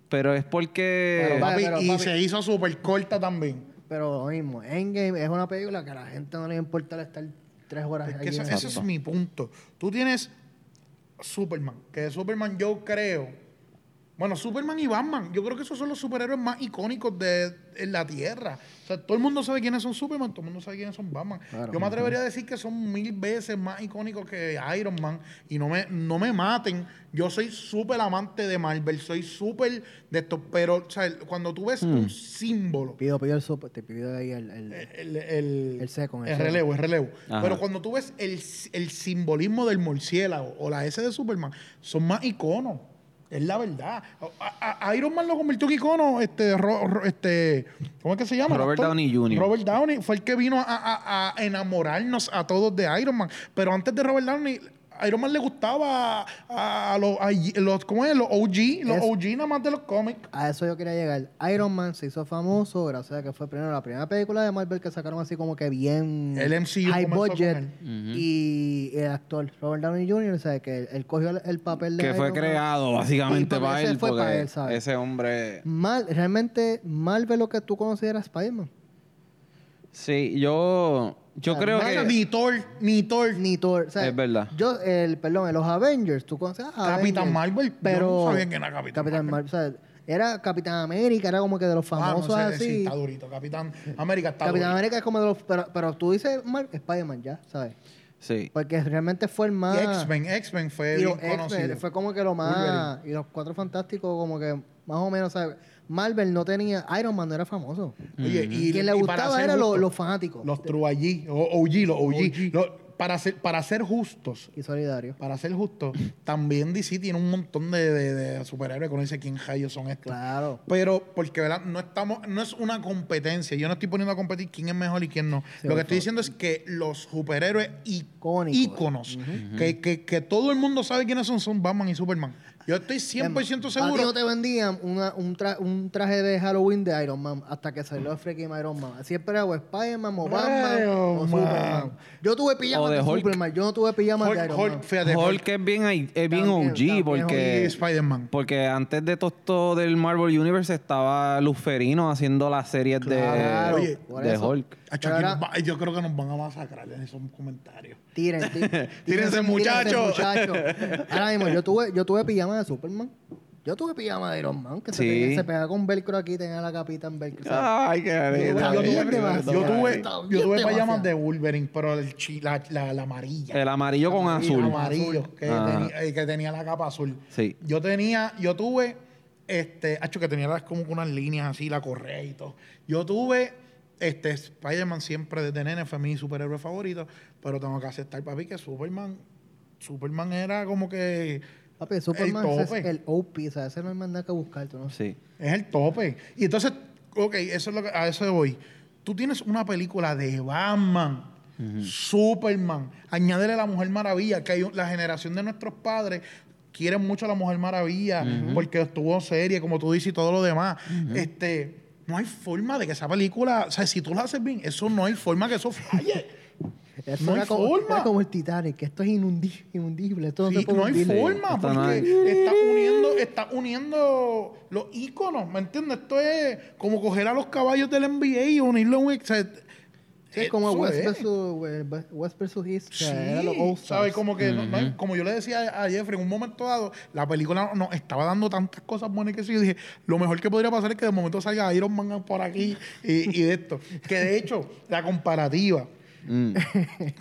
[SPEAKER 3] Pero es porque...
[SPEAKER 4] Pero,
[SPEAKER 1] Papi,
[SPEAKER 4] pero,
[SPEAKER 1] y
[SPEAKER 4] papi.
[SPEAKER 1] se hizo súper corta también.
[SPEAKER 4] Pero lo mismo, Endgame es una película que a la gente no le importa estar tres horas
[SPEAKER 1] Es que
[SPEAKER 4] allí
[SPEAKER 1] ese,
[SPEAKER 4] en
[SPEAKER 1] ese
[SPEAKER 4] el-
[SPEAKER 1] es mi punto. Tú tienes Superman, que Superman yo creo. Bueno, Superman y Batman, yo creo que esos son los superhéroes más icónicos de, en la Tierra. O sea, todo el mundo sabe quiénes son Superman, todo el mundo sabe quiénes son Batman.
[SPEAKER 4] Claro.
[SPEAKER 1] yo me atrevería a decir que son mil veces más icónicos que Iron Man. Y no me, no me maten. Yo soy súper amante de Marvel, soy súper de esto. Pero, o sea, cuando tú
[SPEAKER 4] Hmm.
[SPEAKER 1] ves un símbolo
[SPEAKER 4] Pido, pido el sopa, te pido ahí el, el-
[SPEAKER 1] el, el,
[SPEAKER 4] El seco, el
[SPEAKER 1] el
[SPEAKER 4] seco.
[SPEAKER 1] relevo, el relevo.
[SPEAKER 3] Ajá.
[SPEAKER 1] Pero cuando tú ves el, s- el simbolismo del murciélago o la S de Superman, son más iconos. Es la verdad. A- a- a Iron Man lo convirtió en icono. Este, Ro- Ro- este, ¿Cómo es que se llama?
[SPEAKER 3] Robert
[SPEAKER 1] Doctor?
[SPEAKER 3] Downey Jr..
[SPEAKER 1] Robert Downey fue el que vino a, a- a enamorarnos a todos de Iron Man. Pero antes de Robert Downey, A Iron Man le gustaba a, a los, a los, ¿cómo es? los OG, los
[SPEAKER 4] Es-
[SPEAKER 1] OG nada más de los cómics.
[SPEAKER 4] A eso yo quería llegar. Iron Man se hizo famoso gracias a que fue primero la primera película de Marvel que sacaron así como que bien
[SPEAKER 1] El MCU
[SPEAKER 4] high
[SPEAKER 1] comenzó
[SPEAKER 4] budget
[SPEAKER 1] con él.
[SPEAKER 3] Ujú.
[SPEAKER 4] y el actor Robert Downey Jr. o sea que él, él cogió el, el papel de
[SPEAKER 3] que fue
[SPEAKER 4] Iron Man.
[SPEAKER 3] creado básicamente
[SPEAKER 4] Y para
[SPEAKER 3] para
[SPEAKER 4] ese
[SPEAKER 3] él,
[SPEAKER 4] fue
[SPEAKER 3] porque
[SPEAKER 4] para él, ¿sabes? Mm.
[SPEAKER 3] ese hombre...
[SPEAKER 4] Mal, realmente Marvel lo que tú consideras Spider-Man.
[SPEAKER 3] Sí, yo, yo
[SPEAKER 4] Ah,
[SPEAKER 3] creo
[SPEAKER 4] Iron
[SPEAKER 1] Mano,
[SPEAKER 3] que...
[SPEAKER 1] Ni Thor, ni Thor,
[SPEAKER 4] Ni Thor, o sea,
[SPEAKER 3] Es verdad.
[SPEAKER 4] Yo, el, perdón, en los Avengers, tú conoces a
[SPEAKER 1] Capitán
[SPEAKER 4] Avengers,
[SPEAKER 1] Marvel.
[SPEAKER 4] pero
[SPEAKER 1] Yo no sabía que era Capitán, Marvel.
[SPEAKER 4] Marvel, o sea, era Capitán América, era como que de los
[SPEAKER 1] Ah, no
[SPEAKER 4] famosos
[SPEAKER 1] sé, sí,
[SPEAKER 4] así.
[SPEAKER 1] está durito. Capitán América está
[SPEAKER 4] Capitán
[SPEAKER 1] durito.
[SPEAKER 4] América es como de los, pero, pero tú dices Mar- Spider-man ya, ¿sabes?
[SPEAKER 3] Sí.
[SPEAKER 4] Porque realmente fue el más
[SPEAKER 1] Y X-Men, X-Men fue
[SPEAKER 4] y los
[SPEAKER 1] bien conocido.
[SPEAKER 4] ah. X-Men, fue como que lo más y los Cuatro Fantásticos como que más o menos, ¿sabes? Marvel no tenía Iron Man no era famoso.
[SPEAKER 1] Oye, y,
[SPEAKER 4] Quien le
[SPEAKER 1] y para
[SPEAKER 4] gustaba
[SPEAKER 1] ser
[SPEAKER 4] era lo-
[SPEAKER 1] justo-
[SPEAKER 4] los fanáticos
[SPEAKER 1] Los True OG, o- OG, los OG. Lo- para, ser, para ser justos,
[SPEAKER 4] y solidarios.
[SPEAKER 1] para ser justos, también DC tiene un montón de, de- de superhéroes que uno dice quién rayos son estos.
[SPEAKER 4] Claro.
[SPEAKER 1] Pero, porque, ¿verdad? No estamos, no es una competencia. Yo no estoy poniendo a competir quién es mejor y quién no.
[SPEAKER 4] Sí,
[SPEAKER 1] Lo
[SPEAKER 4] por
[SPEAKER 1] que estoy
[SPEAKER 4] favor.
[SPEAKER 1] diciendo es que los superhéroes
[SPEAKER 4] Icónicos.
[SPEAKER 1] íconos, que, que- que todo el mundo sabe quiénes son, son Batman y Superman. Yo estoy 100%
[SPEAKER 4] A ti no
[SPEAKER 1] seguro.
[SPEAKER 4] Ah, te vendían una- un, tra- un traje de Halloween de Iron Man hasta que salió el freaking Iron Man. Siempre era o Spider-Man o Batman
[SPEAKER 1] Iron
[SPEAKER 4] o
[SPEAKER 1] Man.
[SPEAKER 4] Superman. Yo tuve pijamas
[SPEAKER 3] O de
[SPEAKER 4] de,
[SPEAKER 3] Hulk.
[SPEAKER 4] Superman. Yo no tuve pijamas de
[SPEAKER 1] Hulk,
[SPEAKER 4] Iron Man.
[SPEAKER 1] Hulk, fíjate, Hulk
[SPEAKER 3] Hulk es bien, ahí- es bien
[SPEAKER 4] También,
[SPEAKER 3] OG
[SPEAKER 4] también
[SPEAKER 1] y
[SPEAKER 3] porque,
[SPEAKER 1] Spider-Man.
[SPEAKER 3] porque antes de todo esto del Marvel Universe estaba Luferino haciendo las series de,
[SPEAKER 4] Claro,
[SPEAKER 1] oye,
[SPEAKER 4] por
[SPEAKER 3] de
[SPEAKER 4] eso.
[SPEAKER 3] Hulk.
[SPEAKER 1] Acho,
[SPEAKER 4] Pero
[SPEAKER 1] aquí
[SPEAKER 4] ahora-
[SPEAKER 1] nos va- yo creo que nos van a masacrar en esos comentarios.
[SPEAKER 4] Tírense, tí-
[SPEAKER 1] Tírense, muchachos.
[SPEAKER 4] muchachos. Ahora mismo, yo tuve, yo tuve pijama de Superman. Yo tuve pijama de Iron Man, que se
[SPEAKER 3] Sí.
[SPEAKER 4] tenía- se pegaba con velcro aquí, tenía la capita en velcro. ¿sabes?
[SPEAKER 1] Ah.
[SPEAKER 3] Ay, qué
[SPEAKER 4] Yo
[SPEAKER 1] Yo
[SPEAKER 4] Está
[SPEAKER 1] tuve,
[SPEAKER 4] bien,
[SPEAKER 1] yo
[SPEAKER 4] demasiado.
[SPEAKER 1] tuve,
[SPEAKER 4] Está
[SPEAKER 1] yo
[SPEAKER 4] bien
[SPEAKER 1] tuve payamas
[SPEAKER 4] demasiado.
[SPEAKER 1] de Wolverine, pero el chi- la, la, la amarilla.
[SPEAKER 3] El amarillo con
[SPEAKER 1] El
[SPEAKER 3] azul.
[SPEAKER 1] amarillo, que,
[SPEAKER 3] Ajá.
[SPEAKER 1] tenía, eh, que tenía la capa azul.
[SPEAKER 3] Sí.
[SPEAKER 1] Yo tenía, yo tuve, este, hacho que tenía las- como que unas líneas así, la correa y todo. Yo tuve, este, Spider-Man siempre desde nene fue mi superhéroe favorito, pero tengo que aceptar, papi, que Superman, Superman era como que
[SPEAKER 4] Papi, Superman
[SPEAKER 1] El
[SPEAKER 4] ese es
[SPEAKER 1] tope.
[SPEAKER 4] el OP, o sea, ese no hay más nada que buscar, tú no sé.
[SPEAKER 3] Sí.
[SPEAKER 1] es el tope. Y entonces, ok, eso es lo que, a eso voy. Tú tienes una película de Batman, Superman, añádele la Mujer Maravilla, que hay un- la generación de nuestros padres quieren mucho a la Mujer Maravilla porque estuvo en serie, como tú dices, y todo lo demás. Este, no hay forma de que esa película, o sea, si tú la haces bien, eso no hay forma que eso falle.
[SPEAKER 4] Esto
[SPEAKER 1] No
[SPEAKER 4] era
[SPEAKER 1] hay
[SPEAKER 4] como,
[SPEAKER 1] forma.
[SPEAKER 4] era como el Titanic, que esto es inundi- inundible, esto no
[SPEAKER 1] Sí,
[SPEAKER 4] se puede
[SPEAKER 1] no hay
[SPEAKER 4] hundir.
[SPEAKER 1] forma,
[SPEAKER 3] Está mal.
[SPEAKER 1] porque está uniendo, está uniendo los íconos, ¿me entiendes? Esto es como coger a los caballos del NBA y unirlo a un... o sea,
[SPEAKER 4] Sí, es como
[SPEAKER 1] eso
[SPEAKER 4] West
[SPEAKER 1] es.
[SPEAKER 4] versus, West versus East, que
[SPEAKER 1] Sí,
[SPEAKER 4] era los All-Stars.
[SPEAKER 1] ¿sabes? Como, que no- no hay- como yo le decía a a Jeffrey en un momento dado, la película nos estaba dando tantas cosas buenas que sí, yo dije, lo mejor que podría pasar es que de momento salga Iron Man por aquí y, y de esto. que de hecho, la comparativa,
[SPEAKER 3] Mm.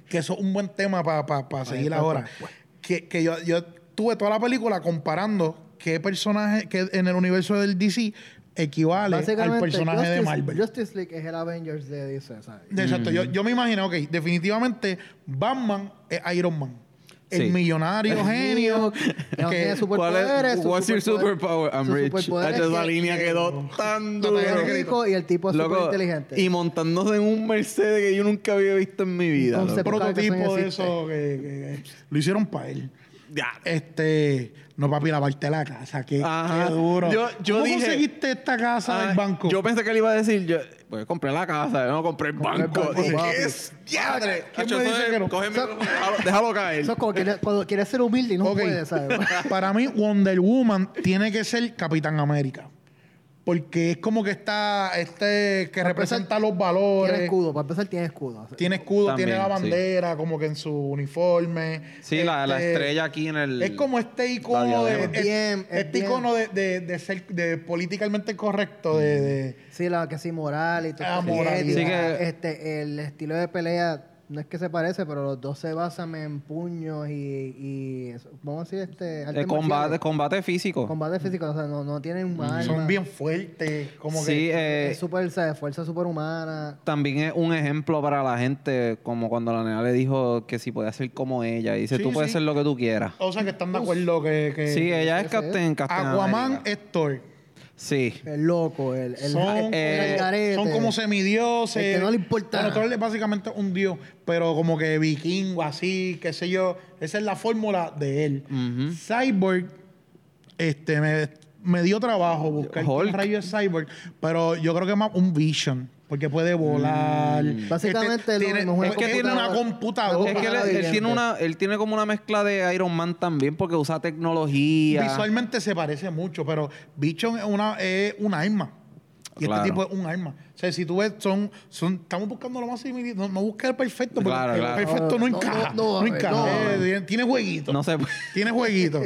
[SPEAKER 1] que eso es un buen tema para seguir
[SPEAKER 4] pa-
[SPEAKER 1] ahora.
[SPEAKER 4] pa-
[SPEAKER 1] Que, que yo, yo tuve toda la película comparando qué personaje que en el universo del DC equivale al personaje de
[SPEAKER 4] Justice-
[SPEAKER 1] Marvel.
[SPEAKER 4] Justice League es el Avengers de DC, ¿sabes?
[SPEAKER 1] Exacto. Yo,
[SPEAKER 3] Mm.
[SPEAKER 1] yo me imagino, ok, definitivamente Batman es Iron Man. El
[SPEAKER 3] Sí.
[SPEAKER 1] millonario genio.
[SPEAKER 4] que no tiene
[SPEAKER 1] que
[SPEAKER 3] ¿Cuál
[SPEAKER 4] superpoderes.
[SPEAKER 3] es?
[SPEAKER 4] su
[SPEAKER 3] What's your superpower? I'm
[SPEAKER 4] su
[SPEAKER 3] rich.
[SPEAKER 4] superpoder
[SPEAKER 3] Hacho,
[SPEAKER 4] es
[SPEAKER 3] esa
[SPEAKER 4] que-
[SPEAKER 3] línea quedó tan
[SPEAKER 1] Lo
[SPEAKER 4] Es
[SPEAKER 1] tenía
[SPEAKER 3] dura.
[SPEAKER 1] que-
[SPEAKER 4] rico y el tipo es
[SPEAKER 3] Loco,
[SPEAKER 4] súper inteligente.
[SPEAKER 3] Y montándose en un Mercedes que yo nunca había visto en mi vida. loco.
[SPEAKER 4] Un concepto.
[SPEAKER 1] prototipo
[SPEAKER 4] Claro que
[SPEAKER 1] de
[SPEAKER 4] eso
[SPEAKER 1] eso que, que- que lo hicieron para él.
[SPEAKER 3] Ya.
[SPEAKER 1] Este, no papi, lavarte la casa, qué,
[SPEAKER 3] Ajá.
[SPEAKER 1] qué duro.
[SPEAKER 3] Yo- yo
[SPEAKER 1] ¿Cómo
[SPEAKER 3] dije-
[SPEAKER 1] conseguiste esta casa
[SPEAKER 3] Ah,
[SPEAKER 1] del banco?
[SPEAKER 3] Yo pensé que le iba a decir, yo, pues compré la casa, no compré el
[SPEAKER 4] Compré el
[SPEAKER 3] banco.
[SPEAKER 4] banco,
[SPEAKER 3] Dije,
[SPEAKER 4] papi.
[SPEAKER 3] ¿Qué es? ¡Diadre!
[SPEAKER 1] ¿Quién
[SPEAKER 3] Hacho,
[SPEAKER 1] me
[SPEAKER 3] eso
[SPEAKER 1] dice
[SPEAKER 3] es-
[SPEAKER 1] que no?
[SPEAKER 3] coge el
[SPEAKER 4] So-
[SPEAKER 3] micrófono, déjalo, déjalo caer.
[SPEAKER 4] Eso es como quiere- cuando quieres ser humilde y no
[SPEAKER 1] Ok.
[SPEAKER 4] puedes, ¿sabes?
[SPEAKER 1] Para mí, Wonder Woman tiene que ser Capitán América. Porque es como que está, este, que representa los
[SPEAKER 4] tiene
[SPEAKER 1] valores.
[SPEAKER 4] escudo, para empezar tiene escudo.
[SPEAKER 1] Tiene escudo,
[SPEAKER 3] También,
[SPEAKER 1] tiene la
[SPEAKER 3] sí.
[SPEAKER 1] bandera, como que en su uniforme.
[SPEAKER 3] Sí, la, la
[SPEAKER 1] Este,
[SPEAKER 3] estrella aquí en el.
[SPEAKER 1] Es como este
[SPEAKER 3] la
[SPEAKER 1] icono de,
[SPEAKER 3] diadema.
[SPEAKER 1] es-
[SPEAKER 4] Bien, es
[SPEAKER 1] este
[SPEAKER 4] bien.
[SPEAKER 1] icono de, de, de ser de políticamente correcto, de,
[SPEAKER 4] Mm.
[SPEAKER 1] de-
[SPEAKER 4] Sí, la que sí, moral y todo.
[SPEAKER 1] Ah,
[SPEAKER 4] esto,
[SPEAKER 1] moral.
[SPEAKER 4] ética,
[SPEAKER 3] Sí que-
[SPEAKER 4] este, el estilo de pelea no es que se parece, pero los dos se basan en puños y, y eso. vamos a decir, este,
[SPEAKER 3] de
[SPEAKER 4] artes
[SPEAKER 3] combate,
[SPEAKER 4] marciales.
[SPEAKER 3] combate físico.
[SPEAKER 4] combate físico, o sea, no, no tienen arma.
[SPEAKER 1] Mm. son bien fuertes, como
[SPEAKER 3] sí,
[SPEAKER 1] que
[SPEAKER 3] eh,
[SPEAKER 4] es super, ¿sabes? fuerza superhumana.
[SPEAKER 3] también es un ejemplo para la gente, como cuando la nena le dijo que si podía ser como ella. Y dice,
[SPEAKER 1] Sí,
[SPEAKER 3] tú puedes
[SPEAKER 1] sí.
[SPEAKER 3] ser lo que tú quieras.
[SPEAKER 1] o sea que están de acuerdo que, que
[SPEAKER 3] sí, ella es
[SPEAKER 4] ese es.
[SPEAKER 3] Captain, Captain
[SPEAKER 1] Aquaman
[SPEAKER 3] America.
[SPEAKER 1] es Thor.
[SPEAKER 3] Sí.
[SPEAKER 4] El loco, el, el,
[SPEAKER 1] son,
[SPEAKER 4] el- el
[SPEAKER 1] eh,
[SPEAKER 4] garete.
[SPEAKER 1] son como semidioses.
[SPEAKER 4] El que Este, no le importa
[SPEAKER 1] Bueno,
[SPEAKER 4] nada.
[SPEAKER 1] tú eres básicamente un dios, pero como que vikingo, así, qué sé yo. Esa es la fórmula de él. Cyborg, este, me, me dio trabajo buscar
[SPEAKER 3] Hulk.
[SPEAKER 1] qué rayo es Cyborg, pero yo creo que más un Vision. Porque puede volar.
[SPEAKER 4] Mm. Básicamente
[SPEAKER 1] Este,
[SPEAKER 4] es lo
[SPEAKER 1] tiene,
[SPEAKER 4] mismo, una
[SPEAKER 1] es que tiene una
[SPEAKER 4] Una
[SPEAKER 1] computadora.
[SPEAKER 3] Es que él,
[SPEAKER 4] Ojalá
[SPEAKER 3] él
[SPEAKER 4] viviente.
[SPEAKER 3] tiene una, él tiene como una mezcla de Iron Man también porque usa tecnología.
[SPEAKER 1] Visualmente se parece mucho, pero Bichon es una, es un arma. Y
[SPEAKER 3] Claro.
[SPEAKER 1] este tipo es un arma. O sea, si tú ves, son, son, estamos buscando lo más similar. No, no busques el perfecto, porque
[SPEAKER 3] Claro,
[SPEAKER 1] el
[SPEAKER 3] claro.
[SPEAKER 1] perfecto no,
[SPEAKER 4] No, no,
[SPEAKER 1] encaja.
[SPEAKER 4] no,
[SPEAKER 1] No,
[SPEAKER 4] no,
[SPEAKER 1] encaja.
[SPEAKER 4] no.
[SPEAKER 1] Eh, tiene jueguito.
[SPEAKER 3] No se puede.
[SPEAKER 1] Tiene jueguito.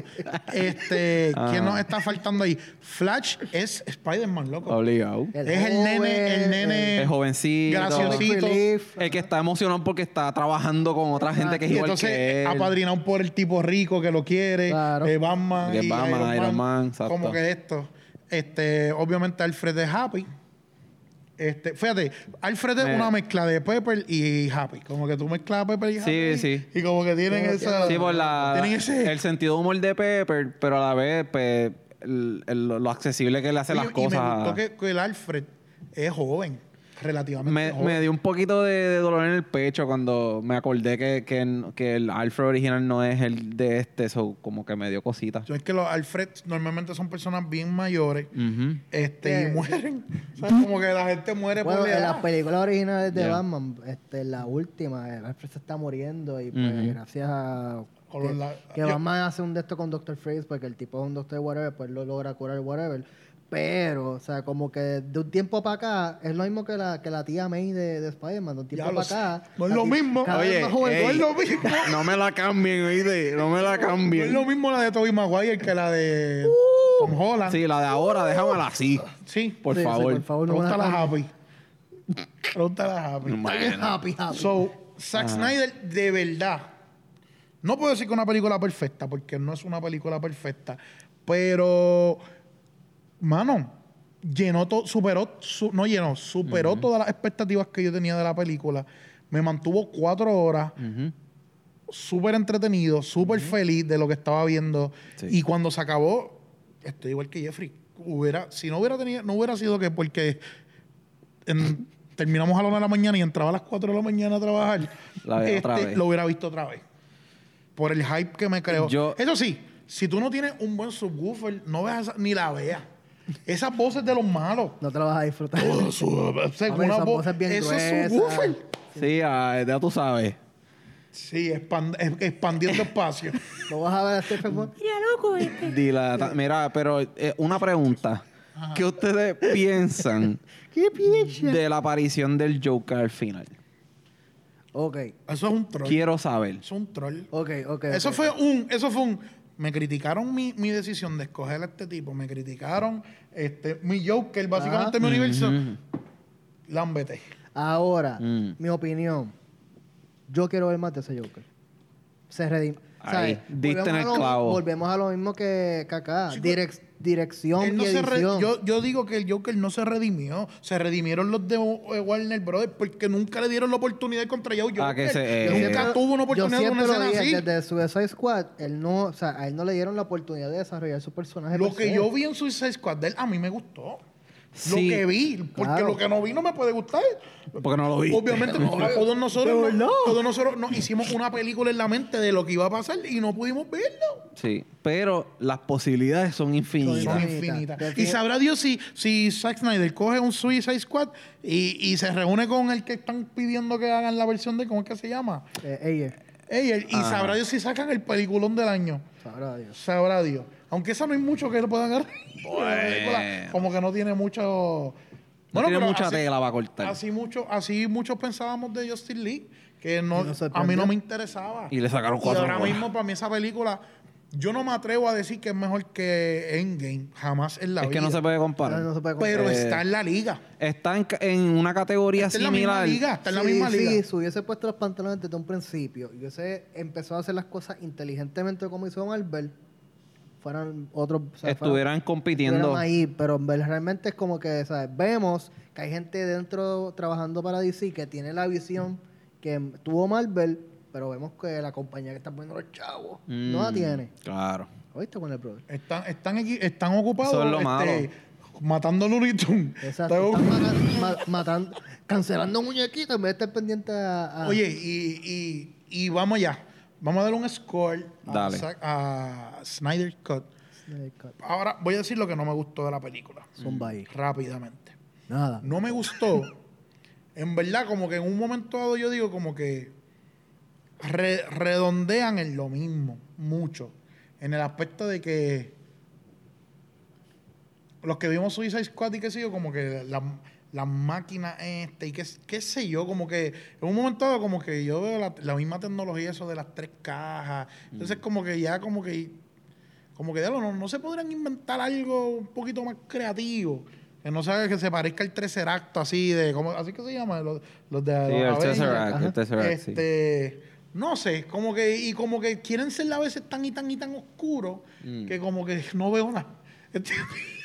[SPEAKER 1] este,
[SPEAKER 3] Ah.
[SPEAKER 1] ¿quién nos está faltando ahí? Flash es Spider-Man, loco.
[SPEAKER 3] Obligado.
[SPEAKER 4] El
[SPEAKER 1] es el nene, el
[SPEAKER 4] joven,
[SPEAKER 1] nene.
[SPEAKER 3] Es jovencito.
[SPEAKER 1] Graciosito.
[SPEAKER 4] Comic Relief.
[SPEAKER 3] El que está emocionado porque está trabajando con otra gente que es
[SPEAKER 1] Y
[SPEAKER 3] igual que
[SPEAKER 1] entonces,
[SPEAKER 3] él.
[SPEAKER 1] apadrinado por el tipo rico que lo quiere,
[SPEAKER 4] Claro.
[SPEAKER 1] eh, Batman,
[SPEAKER 3] De
[SPEAKER 1] y
[SPEAKER 3] Batman,
[SPEAKER 1] Iron,
[SPEAKER 3] Iron Man,
[SPEAKER 1] Man,
[SPEAKER 3] exacto.
[SPEAKER 1] como que esto. Este, obviamente Alfred es Happy. Este, fíjate, Alfred es
[SPEAKER 3] Me-
[SPEAKER 1] una mezcla de Pepper y Happy. Como que tú mezclas a Pepper y
[SPEAKER 3] Sí,
[SPEAKER 1] Happy.
[SPEAKER 3] sí.
[SPEAKER 1] Y como que tienen
[SPEAKER 4] Sí,
[SPEAKER 1] esa.
[SPEAKER 3] Sí, por la,
[SPEAKER 1] Tienen ese.
[SPEAKER 3] el sentido de humor de Pepper, pero a la vez, pues, el- el- lo accesible que le hace
[SPEAKER 1] Oye,
[SPEAKER 3] las
[SPEAKER 1] Y me
[SPEAKER 3] cosas.
[SPEAKER 1] gustó que, que el Alfred es joven, relativamente
[SPEAKER 3] Me,
[SPEAKER 1] joven.
[SPEAKER 3] me dio un poquito de, de dolor en el pecho cuando me acordé que, que, que el Alfred original no es el de este, eso como que me dio cositas.
[SPEAKER 1] Es que los Alfred normalmente son personas bien mayores.
[SPEAKER 3] Ujú.
[SPEAKER 1] Este, y
[SPEAKER 4] Sí.
[SPEAKER 1] mueren. O sea, como que la gente muere
[SPEAKER 4] Bueno,
[SPEAKER 1] por la
[SPEAKER 4] en las
[SPEAKER 1] edad.
[SPEAKER 4] películas originales de
[SPEAKER 3] Ya.
[SPEAKER 4] Batman, este, la última, el Alfred se está muriendo y pues
[SPEAKER 3] Ujú.
[SPEAKER 4] gracias a
[SPEAKER 1] Con
[SPEAKER 4] que,
[SPEAKER 1] la-
[SPEAKER 4] que
[SPEAKER 1] yo-
[SPEAKER 4] Batman hace un de esto con Doctor Freeze porque el tipo es un doctor whatever, pues lo logra curar whatever. Pero, o sea, como que de un tiempo para acá, es lo mismo que la, que la tía May de, de Spider-Man, de un tiempo
[SPEAKER 1] Ya lo
[SPEAKER 4] para
[SPEAKER 1] sé.
[SPEAKER 4] acá.
[SPEAKER 1] No es
[SPEAKER 4] la
[SPEAKER 1] lo
[SPEAKER 4] tía-
[SPEAKER 1] mismo.
[SPEAKER 4] cada vez
[SPEAKER 3] Oye,
[SPEAKER 4] más joven.
[SPEAKER 3] ey.
[SPEAKER 1] No es lo mismo.
[SPEAKER 3] No me la cambien, oíste. No me la
[SPEAKER 1] No es
[SPEAKER 3] cambien.
[SPEAKER 1] lo mismo la de Tobey Maguire que la de Tom Holland. Sí.
[SPEAKER 3] Sí, la de ahora, déjamela así. Por
[SPEAKER 4] Sí, sí,
[SPEAKER 3] favor.
[SPEAKER 4] por favor, no me la
[SPEAKER 1] Pregúntala a
[SPEAKER 4] cambien.
[SPEAKER 1] Happy. Pregúntala a Happy.
[SPEAKER 3] Bueno.
[SPEAKER 4] Happy, happy.
[SPEAKER 1] So, Zack Snyder, de verdad, no puedo decir que es una película perfecta, porque no es una película perfecta, pero, mano, llenó todo, superó, su- no llenó, superó todas las expectativas que yo tenía de la película. Me mantuvo cuatro horas,
[SPEAKER 3] Ujú.
[SPEAKER 1] súper entretenido, súper feliz de lo que estaba viendo.
[SPEAKER 3] Sí.
[SPEAKER 1] Y cuando se acabó, estoy igual que Jeffrey. Hubiera, si no hubiera tenido, no hubiera sido que porque en- terminamos a la una de la mañana y entraba a las 4 de la mañana a trabajar, este,
[SPEAKER 3] La veo otra vez.
[SPEAKER 1] lo hubiera visto otra vez. Por el hype que me creó.
[SPEAKER 3] Yo-
[SPEAKER 1] Eso sí, si tú no tienes un buen subwoofer, no veas esa- ni la veas. Esas voces de los malos.
[SPEAKER 4] No te lo vas a disfrutar.
[SPEAKER 1] Oh, su- o sea,
[SPEAKER 4] Hombre,
[SPEAKER 1] una
[SPEAKER 4] esas
[SPEAKER 1] voz-
[SPEAKER 4] voces bien
[SPEAKER 1] eso es
[SPEAKER 4] gruesas.
[SPEAKER 1] subwoofer.
[SPEAKER 3] Sí, ah, ya tú sabes.
[SPEAKER 1] Sí, expand- es- expandiendo espacio.
[SPEAKER 4] No vas a ver a Stephen Wolf.
[SPEAKER 3] Dilata- Mira, pero eh, una pregunta. ¿Qué ustedes piensan
[SPEAKER 4] ¿Qué piensas?
[SPEAKER 3] de la aparición del Joker al final?
[SPEAKER 4] Ok,
[SPEAKER 1] Eso es un troll.
[SPEAKER 3] Quiero saber.
[SPEAKER 1] Eso es un troll.
[SPEAKER 4] ok, ok.
[SPEAKER 1] Eso
[SPEAKER 4] ok.
[SPEAKER 1] fue un, eso fue un. Me criticaron mi, mi decisión de escoger a este tipo. Me criticaron este, mi Joker, básicamente
[SPEAKER 4] Ah,
[SPEAKER 1] mi universo.
[SPEAKER 3] Ujú.
[SPEAKER 1] Lámbete.
[SPEAKER 4] Ahora,
[SPEAKER 3] Mm.
[SPEAKER 4] mi opinión. Yo quiero ver más de ese Joker. Se redim...
[SPEAKER 3] Ahí,
[SPEAKER 4] ¿sabes?
[SPEAKER 3] diste
[SPEAKER 4] Volvemos
[SPEAKER 3] en
[SPEAKER 4] a
[SPEAKER 3] el
[SPEAKER 4] lo-
[SPEAKER 3] clavo.
[SPEAKER 4] Volvemos a lo mismo que, que acá.
[SPEAKER 1] Chico,
[SPEAKER 4] Direc- dirección
[SPEAKER 1] Él no
[SPEAKER 4] y
[SPEAKER 1] se re-
[SPEAKER 4] edición.
[SPEAKER 1] yo, yo digo que el Joker no se redimió. Se redimieron los de eh, Warner Brothers porque nunca le dieron la oportunidad contra Joe Joker.
[SPEAKER 3] Ah, que se- eh,
[SPEAKER 1] nunca
[SPEAKER 3] siempre-
[SPEAKER 1] tuvo una
[SPEAKER 4] Yo
[SPEAKER 1] oportunidad de una
[SPEAKER 4] siempre lo
[SPEAKER 1] escena
[SPEAKER 4] dije,
[SPEAKER 1] así.
[SPEAKER 4] desde Suicide Squad, él no, o sea, a él no le dieron la oportunidad de desarrollar su personaje.
[SPEAKER 1] Lo
[SPEAKER 4] per
[SPEAKER 1] que
[SPEAKER 4] se.
[SPEAKER 1] yo vi en Suicide Squad de él, a mí me gustó.
[SPEAKER 3] Sí.
[SPEAKER 1] Lo que vi, porque
[SPEAKER 4] Claro.
[SPEAKER 1] lo que no vi no me puede gustar.
[SPEAKER 3] Porque no lo vi.
[SPEAKER 1] Obviamente, no, todos nosotros,
[SPEAKER 4] Pero
[SPEAKER 1] no-
[SPEAKER 4] no.
[SPEAKER 1] todos nosotros nos hicimos una película en la mente de lo que iba a pasar y no pudimos verlo.
[SPEAKER 3] Sí, pero las posibilidades son
[SPEAKER 1] Son
[SPEAKER 3] infinitas.
[SPEAKER 4] Son
[SPEAKER 1] infinitas.
[SPEAKER 4] Definitivamente.
[SPEAKER 1] Y sabrá Dios si, si Zack Snyder coge un Suicide Squad y, y se reúne con el que están pidiendo que hagan la versión de, ¿cómo es que se llama?
[SPEAKER 4] Eh, ella,
[SPEAKER 1] Ey, el- y
[SPEAKER 3] Ajá.
[SPEAKER 1] sabrá Dios si sacan el peliculón del año.
[SPEAKER 4] sabrá Dios.
[SPEAKER 1] Sabrá Dios. Aunque esa no hay mucho que le puedan agarrar. La película
[SPEAKER 3] Bueno.
[SPEAKER 1] Como que no tiene mucho...
[SPEAKER 3] No
[SPEAKER 1] Bueno,
[SPEAKER 3] tiene
[SPEAKER 1] pero
[SPEAKER 3] mucha
[SPEAKER 1] así-
[SPEAKER 3] tela para cortar.
[SPEAKER 1] Así, mucho, así muchos pensábamos de Justin Lee, que no,
[SPEAKER 4] Y nos
[SPEAKER 1] a mí
[SPEAKER 4] sorprendió.
[SPEAKER 1] no me interesaba.
[SPEAKER 3] Y le sacaron
[SPEAKER 1] Y
[SPEAKER 3] cuatro
[SPEAKER 1] ahora
[SPEAKER 3] bolas.
[SPEAKER 1] mismo, para mí, esa película, yo no me atrevo a decir que es mejor que Endgame. Jamás en la
[SPEAKER 3] Es que
[SPEAKER 1] vida.
[SPEAKER 3] no se puede comparar.
[SPEAKER 4] No, no se puede comparar.
[SPEAKER 1] Pero
[SPEAKER 3] Eh,
[SPEAKER 1] está en la liga.
[SPEAKER 3] Está en, ca- en una categoría
[SPEAKER 1] Está en la misma
[SPEAKER 3] similar.
[SPEAKER 1] liga. Está en la
[SPEAKER 4] Sí,
[SPEAKER 1] misma liga.
[SPEAKER 4] Sí, si hubiese puesto los pantalones desde un principio y hubiese empezado a hacer las cosas inteligentemente como hizo Albert, fueran otros... o sea, fueran-
[SPEAKER 3] estuvieran compitiendo.
[SPEAKER 4] estuvieran ahí, pero en ver- realmente es como que, ¿sabes? Vemos que hay gente dentro trabajando para DC que tiene la visión que tuvo Marvel, pero vemos que la compañía que está poniendo los chavos
[SPEAKER 3] Mm,
[SPEAKER 4] no la tiene.
[SPEAKER 3] Claro.
[SPEAKER 4] ¿Oíste con el brother?
[SPEAKER 1] Están, están, equi- están ocupados este,
[SPEAKER 3] Eso es lo malo.
[SPEAKER 1] matando Looney Tunes.
[SPEAKER 4] Exacto.
[SPEAKER 1] Tengo-
[SPEAKER 4] Están matan- ma- matando, cancelando muñequitos en vez de estar pendiente a. a-
[SPEAKER 1] Oye, y, y- y vamos allá. Vamos a dar un score a
[SPEAKER 3] Dale.
[SPEAKER 1] Zack- a, Snyder Cut.
[SPEAKER 4] Snyder Cut.
[SPEAKER 1] Ahora voy a decir lo que no me gustó de la película.
[SPEAKER 4] Zumba ahí.
[SPEAKER 1] Rápidamente.
[SPEAKER 4] Nada.
[SPEAKER 1] No me gustó. en verdad, como que en un momento dado yo digo como que re- redondean en lo mismo, mucho. En el aspecto de que los que vimos Suicide Squad y qué sé yo, como que las las máquinas este y qué, qué sé yo, como que en un momento dado como que yo veo la, la misma tecnología eso de las tres cajas.
[SPEAKER 3] Mm.
[SPEAKER 1] Entonces como que ya como que como que diablo, no, no se podrían inventar algo un poquito más creativo. Que no sea que se parezca al Tesseract así de ¿cómo, así que se llama los, los de los
[SPEAKER 3] Sí, el
[SPEAKER 1] Avengers.
[SPEAKER 3] Tesseract,
[SPEAKER 4] ajá.
[SPEAKER 3] el Tesseract, sí.
[SPEAKER 1] Este, no sé, como que, y como que quieren ser a veces tan y tan y tan oscuros
[SPEAKER 3] Mm.
[SPEAKER 1] que como que no veo nada. Este, ¿Entiendes?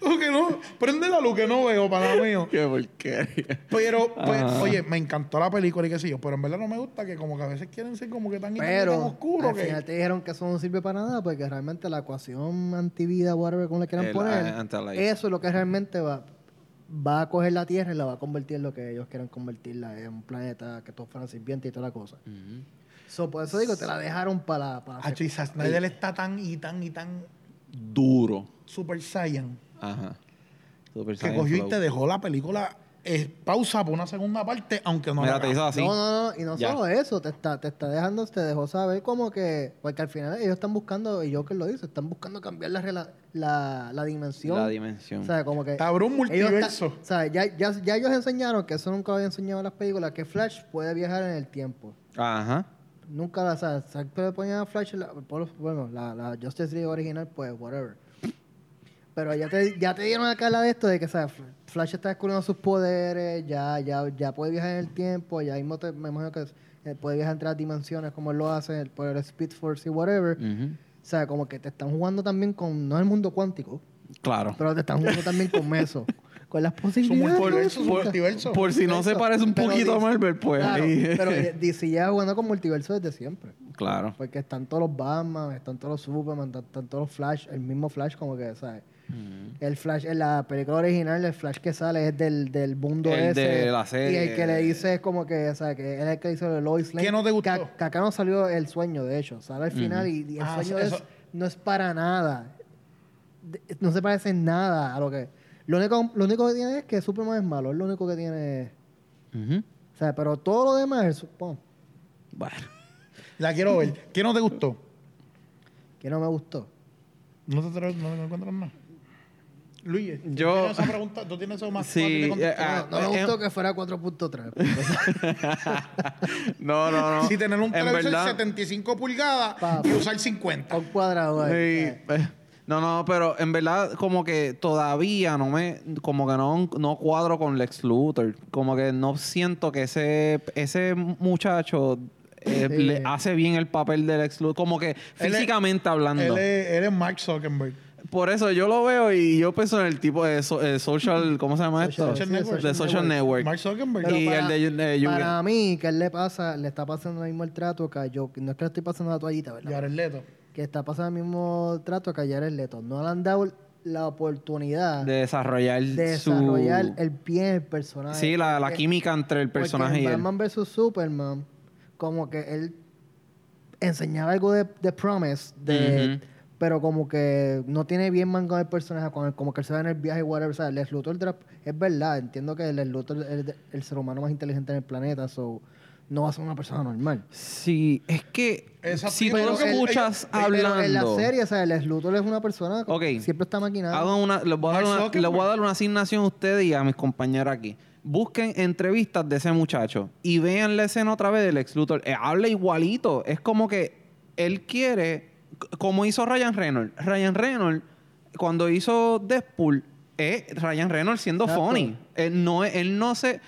[SPEAKER 1] como que no, prende la luz que no veo para mí.
[SPEAKER 3] Qué porquería.
[SPEAKER 1] Pero, pues,
[SPEAKER 3] Ajá.
[SPEAKER 1] oye, me encantó la película y qué sé yo, pero en verdad no me gusta que como que a veces quieren ser como que tan y tan, y tan
[SPEAKER 4] Pero
[SPEAKER 1] oscuros
[SPEAKER 4] al
[SPEAKER 1] que...
[SPEAKER 4] final te dijeron que eso no sirve para nada porque realmente la ecuación antivida, whatever, como le quieran
[SPEAKER 3] El,
[SPEAKER 4] poner,
[SPEAKER 3] eh, anti-life.
[SPEAKER 4] eso es lo que realmente va, va a coger la Tierra y la va a convertir en lo que ellos quieran convertirla, en un planeta que todos fueran sirvientes y toda la cosa. So, por eso digo, te la dejaron para... para
[SPEAKER 1] Ah, Zack Snyder está tan y tan y tan
[SPEAKER 3] Duro.
[SPEAKER 1] super saiyan
[SPEAKER 3] Ajá. Super
[SPEAKER 1] que
[SPEAKER 3] Saiyan
[SPEAKER 1] cogió y
[SPEAKER 3] Flow.
[SPEAKER 1] te dejó la película eh, pausa por una segunda parte, aunque no la
[SPEAKER 3] Mira, te
[SPEAKER 1] haga.
[SPEAKER 3] hizo así.
[SPEAKER 4] No, no, no, y no
[SPEAKER 3] Ya.
[SPEAKER 4] solo eso, te está, te está dejando, te dejó saber como que, porque al final ellos están buscando, y Joker lo dice, están buscando cambiar la, rela- la, la dimensión.
[SPEAKER 3] La dimensión.
[SPEAKER 4] O sea, como que...
[SPEAKER 1] Te abrió un
[SPEAKER 4] Ellos ta-
[SPEAKER 1] multiverso.
[SPEAKER 4] o sea, ya, ya, ya ellos enseñaron que eso nunca lo había enseñado en las películas, que Flash puede viajar en el tiempo.
[SPEAKER 3] Ajá.
[SPEAKER 4] Nunca la sabes. Siempre le ponían a Flash, la- por- bueno, la, la Justice League original, pues, whatever. Pero ya te, ya te dieron acá la de esto de que, ¿sabes? Fl- Flash está descubriendo sus poderes, ya, ya, ya puede viajar en el tiempo, ya mismo te- me imagino que eh, puede viajar entre las dimensiones como él lo hace, el- por el Speed Force y whatever.
[SPEAKER 3] Ujú.
[SPEAKER 4] O sea, como que te están jugando también con, no el mundo cuántico,
[SPEAKER 3] Claro.
[SPEAKER 4] pero te están jugando también con eso. Con las
[SPEAKER 1] Es un
[SPEAKER 4] posibilidades.
[SPEAKER 1] multiverso, es un
[SPEAKER 4] Por-
[SPEAKER 1] multiverso.
[SPEAKER 3] Por si no se
[SPEAKER 4] Eso.
[SPEAKER 3] parece un
[SPEAKER 4] Pero
[SPEAKER 3] poquito a
[SPEAKER 4] dice-
[SPEAKER 3] Marvel, pues
[SPEAKER 4] Claro,
[SPEAKER 3] ahí.
[SPEAKER 4] pero pues. eh, DC ya jugando con multiverso desde siempre.
[SPEAKER 3] Claro.
[SPEAKER 4] Porque están todos los Batman, están todos los Superman, están, están todos los Flash, el mismo Flash como que, ¿sabes? El Flash, en la película original, el Flash que sale es del, del mundo
[SPEAKER 3] El
[SPEAKER 4] ese.
[SPEAKER 3] de la serie.
[SPEAKER 4] Y el que le dice es como que, ¿sabes? Que él es el que dice lo de Lois Lane.
[SPEAKER 1] ¿Qué no te gustó?
[SPEAKER 4] Que, que acá no salió el sueño, de hecho. Sale al final y, y el
[SPEAKER 1] Ah,
[SPEAKER 4] sueño
[SPEAKER 1] eso-
[SPEAKER 4] es- no es para nada. De- no se parece en nada a lo que... Lo único, lo único que tiene es que Superman es malo, es lo único que tiene...
[SPEAKER 3] Ujú.
[SPEAKER 4] O sea, pero todo lo demás es... bueno,
[SPEAKER 3] Bueno.
[SPEAKER 1] La quiero ver. ¿Qué no te gustó?
[SPEAKER 4] que no me gustó.
[SPEAKER 1] No te tra- no, no encuentras nada. Luis, ¿tú
[SPEAKER 3] Yo-
[SPEAKER 1] tienes esa pregunta, tú tienes eso más
[SPEAKER 3] Sí,
[SPEAKER 1] fácil de
[SPEAKER 3] eh,
[SPEAKER 1] contestar.
[SPEAKER 3] ah,
[SPEAKER 4] No, no me
[SPEAKER 3] eh,
[SPEAKER 4] gustó que fuera 4.3.
[SPEAKER 3] No, no, no.
[SPEAKER 1] si tener un
[SPEAKER 3] En
[SPEAKER 1] televisor
[SPEAKER 3] verdad-
[SPEAKER 1] 75 pulgadas
[SPEAKER 4] Papi.
[SPEAKER 1] y usar 50.
[SPEAKER 4] Un cuadrado
[SPEAKER 3] Sí,
[SPEAKER 4] ahí.
[SPEAKER 3] eh, No, no, pero en verdad como que todavía no me, como que no, no cuadro con Lex Luthor. Como que no siento que ese, ese muchacho eh,
[SPEAKER 4] Sí.
[SPEAKER 3] le hace bien el papel de Lex Luthor. Como que
[SPEAKER 1] Él es-
[SPEAKER 3] físicamente hablando.
[SPEAKER 1] Él es, él es Mark Zuckerberg.
[SPEAKER 3] Por eso yo lo veo y yo pienso en el tipo de so- eh, social, ¿cómo se llama esto?
[SPEAKER 4] Social-
[SPEAKER 1] Social network.
[SPEAKER 3] De social network.
[SPEAKER 1] Mark Zuckerberg.
[SPEAKER 4] Pero
[SPEAKER 3] Y
[SPEAKER 4] para-
[SPEAKER 3] el de Yu- eh, Yu-
[SPEAKER 4] Para mí, que él le pasa, le está pasando el mismo el trato que a yo. No es que le estoy pasando la toallita, ¿verdad?
[SPEAKER 1] Y ahora el Leto.
[SPEAKER 4] Que está pasando el mismo trato que a Jared Leto. No le han dado la oportunidad
[SPEAKER 3] de
[SPEAKER 4] de,
[SPEAKER 3] desarrollar, su-
[SPEAKER 4] desarrollar el bien del personaje.
[SPEAKER 3] Sí, la, la
[SPEAKER 4] Porque-
[SPEAKER 3] química entre el
[SPEAKER 4] porque
[SPEAKER 3] personaje
[SPEAKER 4] en
[SPEAKER 3] y él.
[SPEAKER 4] Batman vs Superman, como que él enseñaba algo de, de Promise, de,
[SPEAKER 3] Ujú.
[SPEAKER 4] pero como que no tiene bien man con el personaje, con el- como que él se va en el viaje, whatever. O sea, el Luthor de la- es verdad, entiendo que el Luthor es el, el ser humano más inteligente en el planeta, so no va a ser una persona normal.
[SPEAKER 3] Sí, es que
[SPEAKER 1] Esa
[SPEAKER 3] si tú
[SPEAKER 1] película-
[SPEAKER 3] lo que
[SPEAKER 1] Pero-
[SPEAKER 3] escuchas
[SPEAKER 1] pero-
[SPEAKER 3] hablando...
[SPEAKER 4] Pero en la serie, o sea, el Luthor es una persona que
[SPEAKER 3] Ok.
[SPEAKER 4] siempre está maquinada.
[SPEAKER 3] Hagan una, les, voy a dar
[SPEAKER 1] Mark
[SPEAKER 3] una,
[SPEAKER 1] Zuckerberg.
[SPEAKER 3] les
[SPEAKER 4] pues.
[SPEAKER 3] voy a dar una asignación a ustedes y a mis compañeros aquí. Busquen entrevistas de ese muchacho y vean la escena otra vez del ex Luthor. Eh, habla igualito. Es como que él quiere, c- como hizo Ryan Reynolds. Ryan Reynolds, cuando hizo Deadpool, es Ryan Reynolds siendo
[SPEAKER 4] Exacto.
[SPEAKER 3] funny. Él no, es- él no se...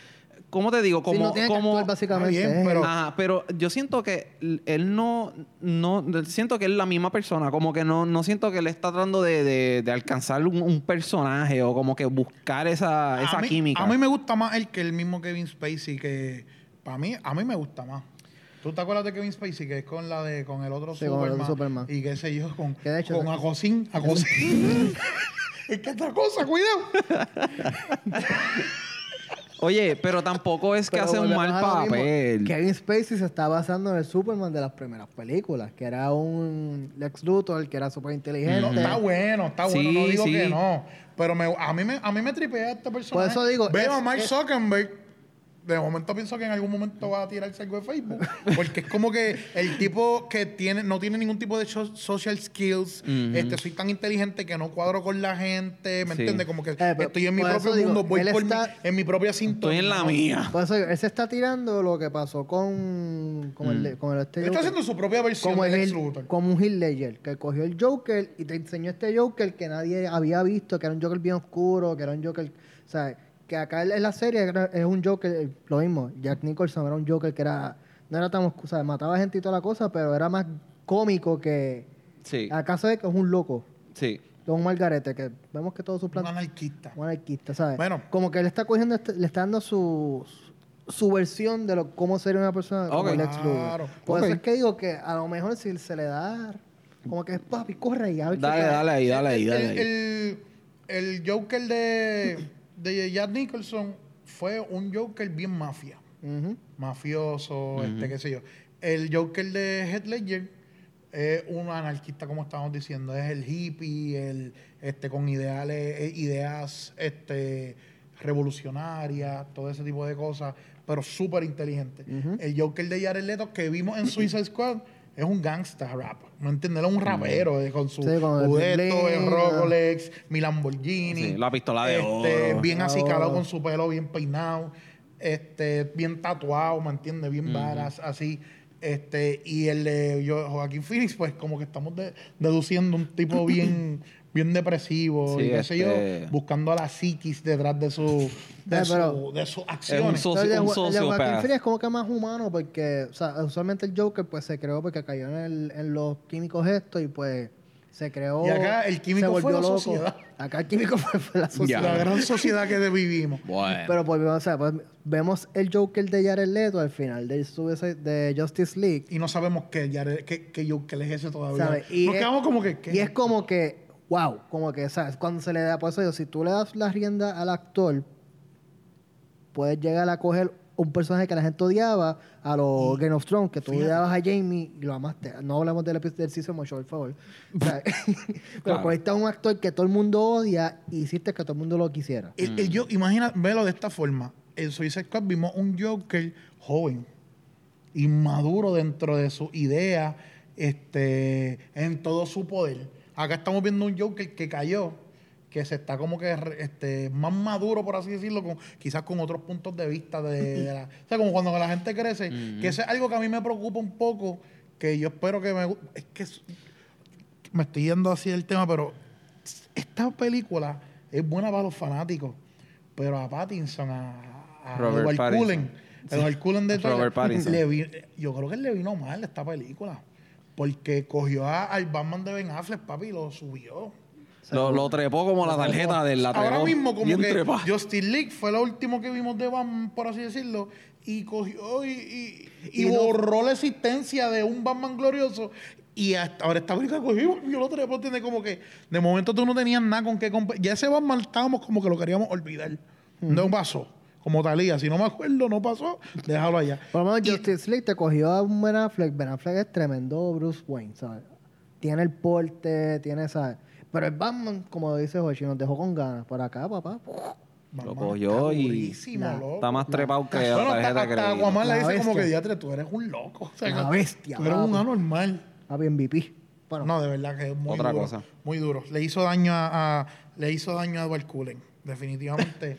[SPEAKER 3] ¿Cómo te digo?
[SPEAKER 4] Sí,
[SPEAKER 3] Como,
[SPEAKER 4] no tiene que
[SPEAKER 3] como,
[SPEAKER 4] actuar básicamente.
[SPEAKER 1] Está bien,
[SPEAKER 4] es-
[SPEAKER 1] pero-
[SPEAKER 3] Ajá, pero yo siento que l- él no, no, siento que él es la misma persona, como que no, no siento que él está tratando de, de- de alcanzar un, un personaje o como que buscar esa, Ah, esa
[SPEAKER 1] a mí,
[SPEAKER 3] química.
[SPEAKER 1] A mí me gusta más él que el mismo Kevin Spacey, que para mí, a mí me gusta más. ¿Tú te acuerdas de Kevin Spacey? Que es con la de con el otro
[SPEAKER 4] Sí, con el
[SPEAKER 1] Superman,
[SPEAKER 4] otro Superman.
[SPEAKER 1] Y qué sé yo, con,
[SPEAKER 4] Que de hecho-
[SPEAKER 1] con Acosín. Acosín. Es que otra cosa, cuidado.
[SPEAKER 3] Oye, pero tampoco es que
[SPEAKER 4] Pero
[SPEAKER 3] hace un
[SPEAKER 4] volvemos
[SPEAKER 3] mal
[SPEAKER 4] a lo mismo.
[SPEAKER 3] papel.
[SPEAKER 4] Kevin Spacey se está basando en el Superman de las primeras películas, que era un Lex Luthor, que era súper
[SPEAKER 1] No,
[SPEAKER 4] inteligente.
[SPEAKER 1] está bueno, está bueno, no
[SPEAKER 3] Sí,
[SPEAKER 1] digo
[SPEAKER 3] sí.
[SPEAKER 1] que no. Pero me- a, mí me, a mí me tripea esta persona.
[SPEAKER 4] Por eso digo,
[SPEAKER 1] Veo
[SPEAKER 4] es-
[SPEAKER 1] a Mark
[SPEAKER 4] es-
[SPEAKER 1] Zuckerberg. De momento pienso que en algún momento va a tirarse algo de Facebook. Porque es como que el tipo que tiene, no tiene ningún tipo de so- social skills.
[SPEAKER 3] Ujú.
[SPEAKER 1] este, soy tan inteligente que no cuadro con la gente. ¿Me
[SPEAKER 3] Sí.
[SPEAKER 1] entiendes? Como que
[SPEAKER 4] Eh, pero
[SPEAKER 1] estoy en mi
[SPEAKER 4] por eso
[SPEAKER 1] propio
[SPEAKER 4] digo,
[SPEAKER 1] mundo, voy
[SPEAKER 4] él
[SPEAKER 1] por mi-
[SPEAKER 4] está-
[SPEAKER 1] en mi propia sintonía.
[SPEAKER 3] Estoy en la mía.
[SPEAKER 4] Por eso digo, él se está tirando lo que pasó con, con el,
[SPEAKER 3] Mm.
[SPEAKER 4] de- con el este
[SPEAKER 1] Él está
[SPEAKER 4] Joker.
[SPEAKER 1] haciendo su propia versión
[SPEAKER 4] como,
[SPEAKER 1] de
[SPEAKER 4] el
[SPEAKER 1] Lex
[SPEAKER 4] Heath-
[SPEAKER 1] Luthor.
[SPEAKER 4] como un Hill Ledger, que cogió el Joker y te enseñó este Joker que nadie había visto, que era un Joker bien oscuro, que era un Joker, o sea, que acá en la serie era- es un Joker, eh, lo mismo, Jack Nicholson era un Joker que era, no era tan oscuro, o sea, mataba gente y toda la cosa, pero era más cómico que,
[SPEAKER 3] Sí,
[SPEAKER 4] acá se ve que es un loco,
[SPEAKER 3] sí.
[SPEAKER 4] un malgarete, que vemos que todos sus
[SPEAKER 1] Un
[SPEAKER 4] planes,
[SPEAKER 1] anarquista.
[SPEAKER 4] un anarquista, ¿sabes?
[SPEAKER 1] Bueno.
[SPEAKER 4] Como que él está cogiendo, este- le está dando su, su versión de lo, cómo sería una persona como
[SPEAKER 3] Ok.
[SPEAKER 4] Lex Luthor.
[SPEAKER 1] Claro.
[SPEAKER 4] Por
[SPEAKER 3] Ok.
[SPEAKER 4] eso es que digo que a lo mejor si se le da, como que papi, corre y a ver qué
[SPEAKER 3] Dale,
[SPEAKER 4] pasa".
[SPEAKER 3] dale ahí, dale ahí,
[SPEAKER 1] el,
[SPEAKER 3] dale
[SPEAKER 1] el,
[SPEAKER 3] ahí.
[SPEAKER 1] el- el Joker de, de Jack Nicholson fue un Joker bien mafia,
[SPEAKER 4] Ujú.
[SPEAKER 1] mafioso, este, qué sé yo. El Joker de Heath Ledger es un anarquista, como estábamos diciendo, es el hippie, el, este, con ideales, eh, ideas este, revolucionarias, todo ese tipo de cosas, pero súper inteligente. El Joker de Jared Leto que vimos en Suicide Squad es un gangsta rap, ¿me entiendes? Él es un rapero eh, con su
[SPEAKER 4] Sí, con el
[SPEAKER 1] Udeto,
[SPEAKER 4] bling
[SPEAKER 1] el
[SPEAKER 4] bling,
[SPEAKER 1] Rolex, mi Lamborghini.
[SPEAKER 3] Sí, la pistola de
[SPEAKER 1] este,
[SPEAKER 3] oro.
[SPEAKER 1] Bien
[SPEAKER 4] Ah,
[SPEAKER 1] acicalado
[SPEAKER 4] oro.
[SPEAKER 1] con su pelo bien peinado, este, bien tatuado, ¿me entiendes? Bien varas, así. Este, y el de yo, Joaquín Phoenix, pues como que estamos de- deduciendo un tipo bien, bien depresivo,
[SPEAKER 3] Sí,
[SPEAKER 1] y qué sé
[SPEAKER 3] este-
[SPEAKER 1] yo, buscando a la psiquis detrás de su, de,
[SPEAKER 4] Eh, pero-
[SPEAKER 1] su- de sus acciones.
[SPEAKER 3] soci-
[SPEAKER 4] Entonces,
[SPEAKER 3] un
[SPEAKER 4] el de Jo- el de Joaquin
[SPEAKER 3] sociopath.
[SPEAKER 4] Phoenix es como que más humano porque, o sea, usualmente el Joker pues se creó porque cayó en, el- en los químicos estos y pues se creó.
[SPEAKER 1] Y acá el químico
[SPEAKER 4] se
[SPEAKER 1] fue
[SPEAKER 4] volvió
[SPEAKER 1] la
[SPEAKER 4] loco.
[SPEAKER 1] sociedad.
[SPEAKER 4] Acá el químico fue, fue la sociedad.
[SPEAKER 1] La gran sociedad que vivimos.
[SPEAKER 3] Bueno.
[SPEAKER 4] Pero pues, o sea, pues, vemos el Joker de Jared Leto al final del Suicide- de Justice League
[SPEAKER 1] Y no sabemos qué, Jared- qué, qué Joker es ese todavía.
[SPEAKER 4] ¿Sabe? Y
[SPEAKER 1] Nos
[SPEAKER 4] es-
[SPEAKER 1] quedamos como que... ¿qué?
[SPEAKER 4] Y es como que, wow, como que, ¿sabes? Cuando se le da, por eso digo, si tú le das la rienda al actor, puedes llegar a coger un personaje que la gente odiaba, a los Game of Thrones, que tú
[SPEAKER 1] fíjate.
[SPEAKER 4] odiabas a Jamie y lo amaste. No hablamos del episodio del Season Show, por favor. O sea, Pero
[SPEAKER 3] Claro.
[SPEAKER 4] cogiste a un actor que todo el mundo odia y hiciste que todo el mundo lo quisiera.
[SPEAKER 1] El- el Eh, yo, imagina, velo de esta forma. En Suicide Squad vimos un Joker joven, inmaduro dentro de su idea, este, en todo su poder. Acá estamos viendo un Joker que cayó, que se está como que re- este, más maduro, por así decirlo, con, quizás con otros puntos de vista. De, de la- o sea, como cuando la gente crece, que eso es algo que a mí me preocupa un poco, que yo espero que me... gu- Es que es- me estoy yendo así del tema, pero esta película es buena para los fanáticos, pero a Pattinson, a, a
[SPEAKER 3] Robert
[SPEAKER 1] Edward
[SPEAKER 3] Pattinson.
[SPEAKER 1] Cullen, Edward Cullen de Twilight,
[SPEAKER 3] Robert Pattinson.
[SPEAKER 1] le vi- yo creo que le vino mal esta película, porque cogió a- al Batman de Ben Affleck, papi, y lo subió.
[SPEAKER 3] lo, lo trepó como la tarjeta del la
[SPEAKER 1] Ahora
[SPEAKER 3] trepó.
[SPEAKER 1] mismo como
[SPEAKER 3] Bien
[SPEAKER 1] que
[SPEAKER 3] trepa.
[SPEAKER 1] Justice League fue lo último que vimos de Batman, por así decirlo, y cogió y, y- y
[SPEAKER 4] Y no-
[SPEAKER 1] borró la existencia de un Batman glorioso. Y hasta ahora esta película cogió y yo lo trepo, tiene como que de momento tú no tenías nada con qué comp- Ya ese Batman estábamos como que lo queríamos olvidar. No pasó. Como Talía, si no me acuerdo, no pasó, déjalo allá.
[SPEAKER 4] Por lo menos
[SPEAKER 1] Y-
[SPEAKER 4] Justice League te cogió a un Ben Affleck. Ben Affleck es tremendo Bruce Wayne, ¿sabes? Tiene el porte, tiene, ¿sabes? Pero el Batman, como dice Hoshi, nos dejó con ganas. Por acá, papá.
[SPEAKER 1] Batman
[SPEAKER 3] Lo
[SPEAKER 1] está
[SPEAKER 3] cogió y-
[SPEAKER 1] durísimo,
[SPEAKER 4] Nah,
[SPEAKER 1] loco.
[SPEAKER 3] Está más trepado que la
[SPEAKER 1] Bueno, hasta,
[SPEAKER 3] tarjeta
[SPEAKER 1] hasta
[SPEAKER 3] crédito.
[SPEAKER 1] Aquaman le
[SPEAKER 4] La
[SPEAKER 1] dice como
[SPEAKER 4] bestia.
[SPEAKER 1] que diatre, tú eres un loco. O sea,
[SPEAKER 4] La
[SPEAKER 1] que
[SPEAKER 4] bestia,
[SPEAKER 1] Tú eres un
[SPEAKER 4] papi.
[SPEAKER 1] anormal.
[SPEAKER 4] Papi MVP. Bueno,
[SPEAKER 1] No, de verdad que es muy
[SPEAKER 3] Otra
[SPEAKER 1] duro.
[SPEAKER 3] cosa.
[SPEAKER 1] Muy duro. Le hizo daño a, a- le hizo daño a Edward Cullen, definitivamente.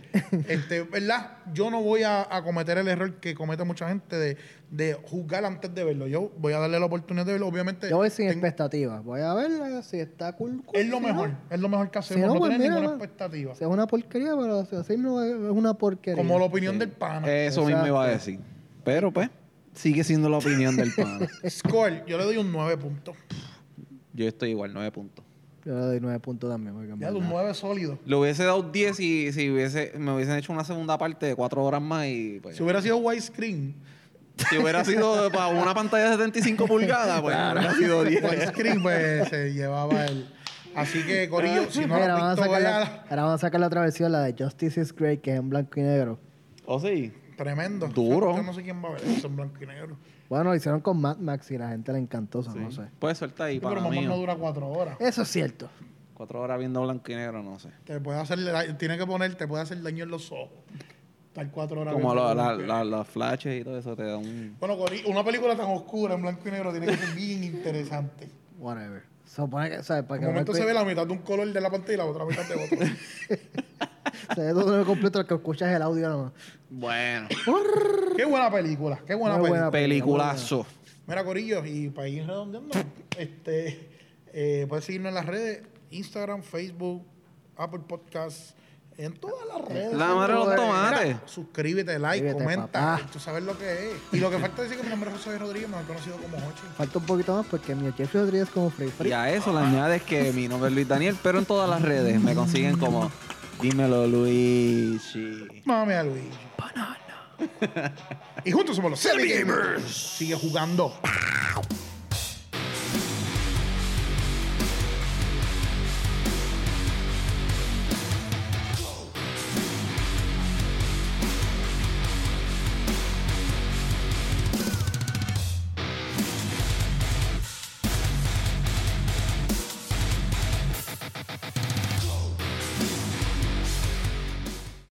[SPEAKER 1] este, ¿verdad? Yo no voy a, a cometer el error que comete mucha gente de, de juzgar antes de verlo. Yo voy a darle la oportunidad de verlo. Obviamente,
[SPEAKER 4] yo voy sin
[SPEAKER 1] ten-
[SPEAKER 4] expectativas. Voy a verla si está cool. cool,
[SPEAKER 1] es lo
[SPEAKER 4] si
[SPEAKER 1] mejor.
[SPEAKER 4] no,
[SPEAKER 1] Es lo mejor que hacemos.
[SPEAKER 4] Si no,
[SPEAKER 1] no
[SPEAKER 4] pues
[SPEAKER 1] tener
[SPEAKER 4] mira,
[SPEAKER 1] ninguna
[SPEAKER 4] no.
[SPEAKER 1] expectativa.
[SPEAKER 4] Si es una porquería, pero si así no es es una porquería.
[SPEAKER 1] Como la opinión del pana.
[SPEAKER 3] Eso mismo iba a decir. Pero pues, sigue siendo la opinión del pana.
[SPEAKER 1] Score, yo le doy un 9 puntos.
[SPEAKER 3] Yo estoy igual, 9 puntos.
[SPEAKER 4] Yo le doy nueve puntos también. porque en
[SPEAKER 1] Ya, de un
[SPEAKER 4] verdad-
[SPEAKER 1] 9 sólido.
[SPEAKER 3] Le hubiese dado 10 si, si hubiese, me hubiesen hecho una segunda parte de 4 horas más y pues,
[SPEAKER 1] Si hubiera sido widescreen,
[SPEAKER 3] si hubiera sido para una pantalla de 75 pulgadas, pues hubiera sido 10.
[SPEAKER 1] widescreen pues se llevaba el, Así que, Corillo, si no lo
[SPEAKER 4] Mira, van
[SPEAKER 1] has
[SPEAKER 4] a
[SPEAKER 1] visto,
[SPEAKER 4] sacar la-
[SPEAKER 1] véala.
[SPEAKER 4] ahora van a sacar la otra versión, la de Justice is Great, que es en blanco y negro.
[SPEAKER 3] ¿O sí?
[SPEAKER 1] Tremendo.
[SPEAKER 3] Duro.
[SPEAKER 1] Yo no sé quién va a ver eso en blanco y negro.
[SPEAKER 4] Bueno, lo hicieron con Mad Max y la gente le encantó, eso no sé.
[SPEAKER 3] Puedes soltar ahí,
[SPEAKER 1] Pero
[SPEAKER 3] para
[SPEAKER 1] mamá
[SPEAKER 3] mí.
[SPEAKER 1] no dura cuatro horas.
[SPEAKER 4] Eso es cierto.
[SPEAKER 3] Cuatro horas viendo blanco y negro, no sé.
[SPEAKER 1] Te puede hacer, da- tiene que poner, te puede hacer daño en los ojos. Estar cuatro horas.
[SPEAKER 3] Como
[SPEAKER 1] viendo
[SPEAKER 3] lo- la-
[SPEAKER 1] blanco y negro.
[SPEAKER 3] la- los flashes y todo eso te da un...
[SPEAKER 1] Bueno, Corillo, una película tan oscura en blanco y negro tiene que ser bien interesante.
[SPEAKER 4] Whatever. Se supone que, ¿sabes? Para
[SPEAKER 1] De
[SPEAKER 4] que
[SPEAKER 1] momento
[SPEAKER 4] blanco y-
[SPEAKER 1] se ve la mitad de un color de la pantalla y la otra mitad de otro.
[SPEAKER 4] se ve todo lo completo, lo que escuchas es el audio nomás.
[SPEAKER 3] Bueno.
[SPEAKER 1] qué buena película, qué buena
[SPEAKER 4] Muy
[SPEAKER 1] película.
[SPEAKER 4] buena.
[SPEAKER 3] Peliculazo.
[SPEAKER 1] Mira, Corillo, y para ir redondeando, este, eh, puedes seguirnos en las redes, Instagram, Facebook, Apple Podcasts, en todas las redes.
[SPEAKER 3] La madre de los
[SPEAKER 1] Mira,
[SPEAKER 3] tomates.
[SPEAKER 1] suscríbete, like,
[SPEAKER 4] Suscríbete,
[SPEAKER 1] comenta,
[SPEAKER 4] papá.
[SPEAKER 1] tú sabes lo que es. Y lo que falta decir que mi nombre es José Luis Rodríguez, mejor conocido como Hochi.
[SPEAKER 4] Falta un poquito más porque mi Jeffrey Rodríguez como Free Free.
[SPEAKER 3] Y a eso le añades que mi nombre es Luis Daniel, pero en todas las redes me consiguen como Dímelo Luigi.
[SPEAKER 1] Mami a Luis. Banana. y juntos somos los Semi Gamers. Sigue jugando.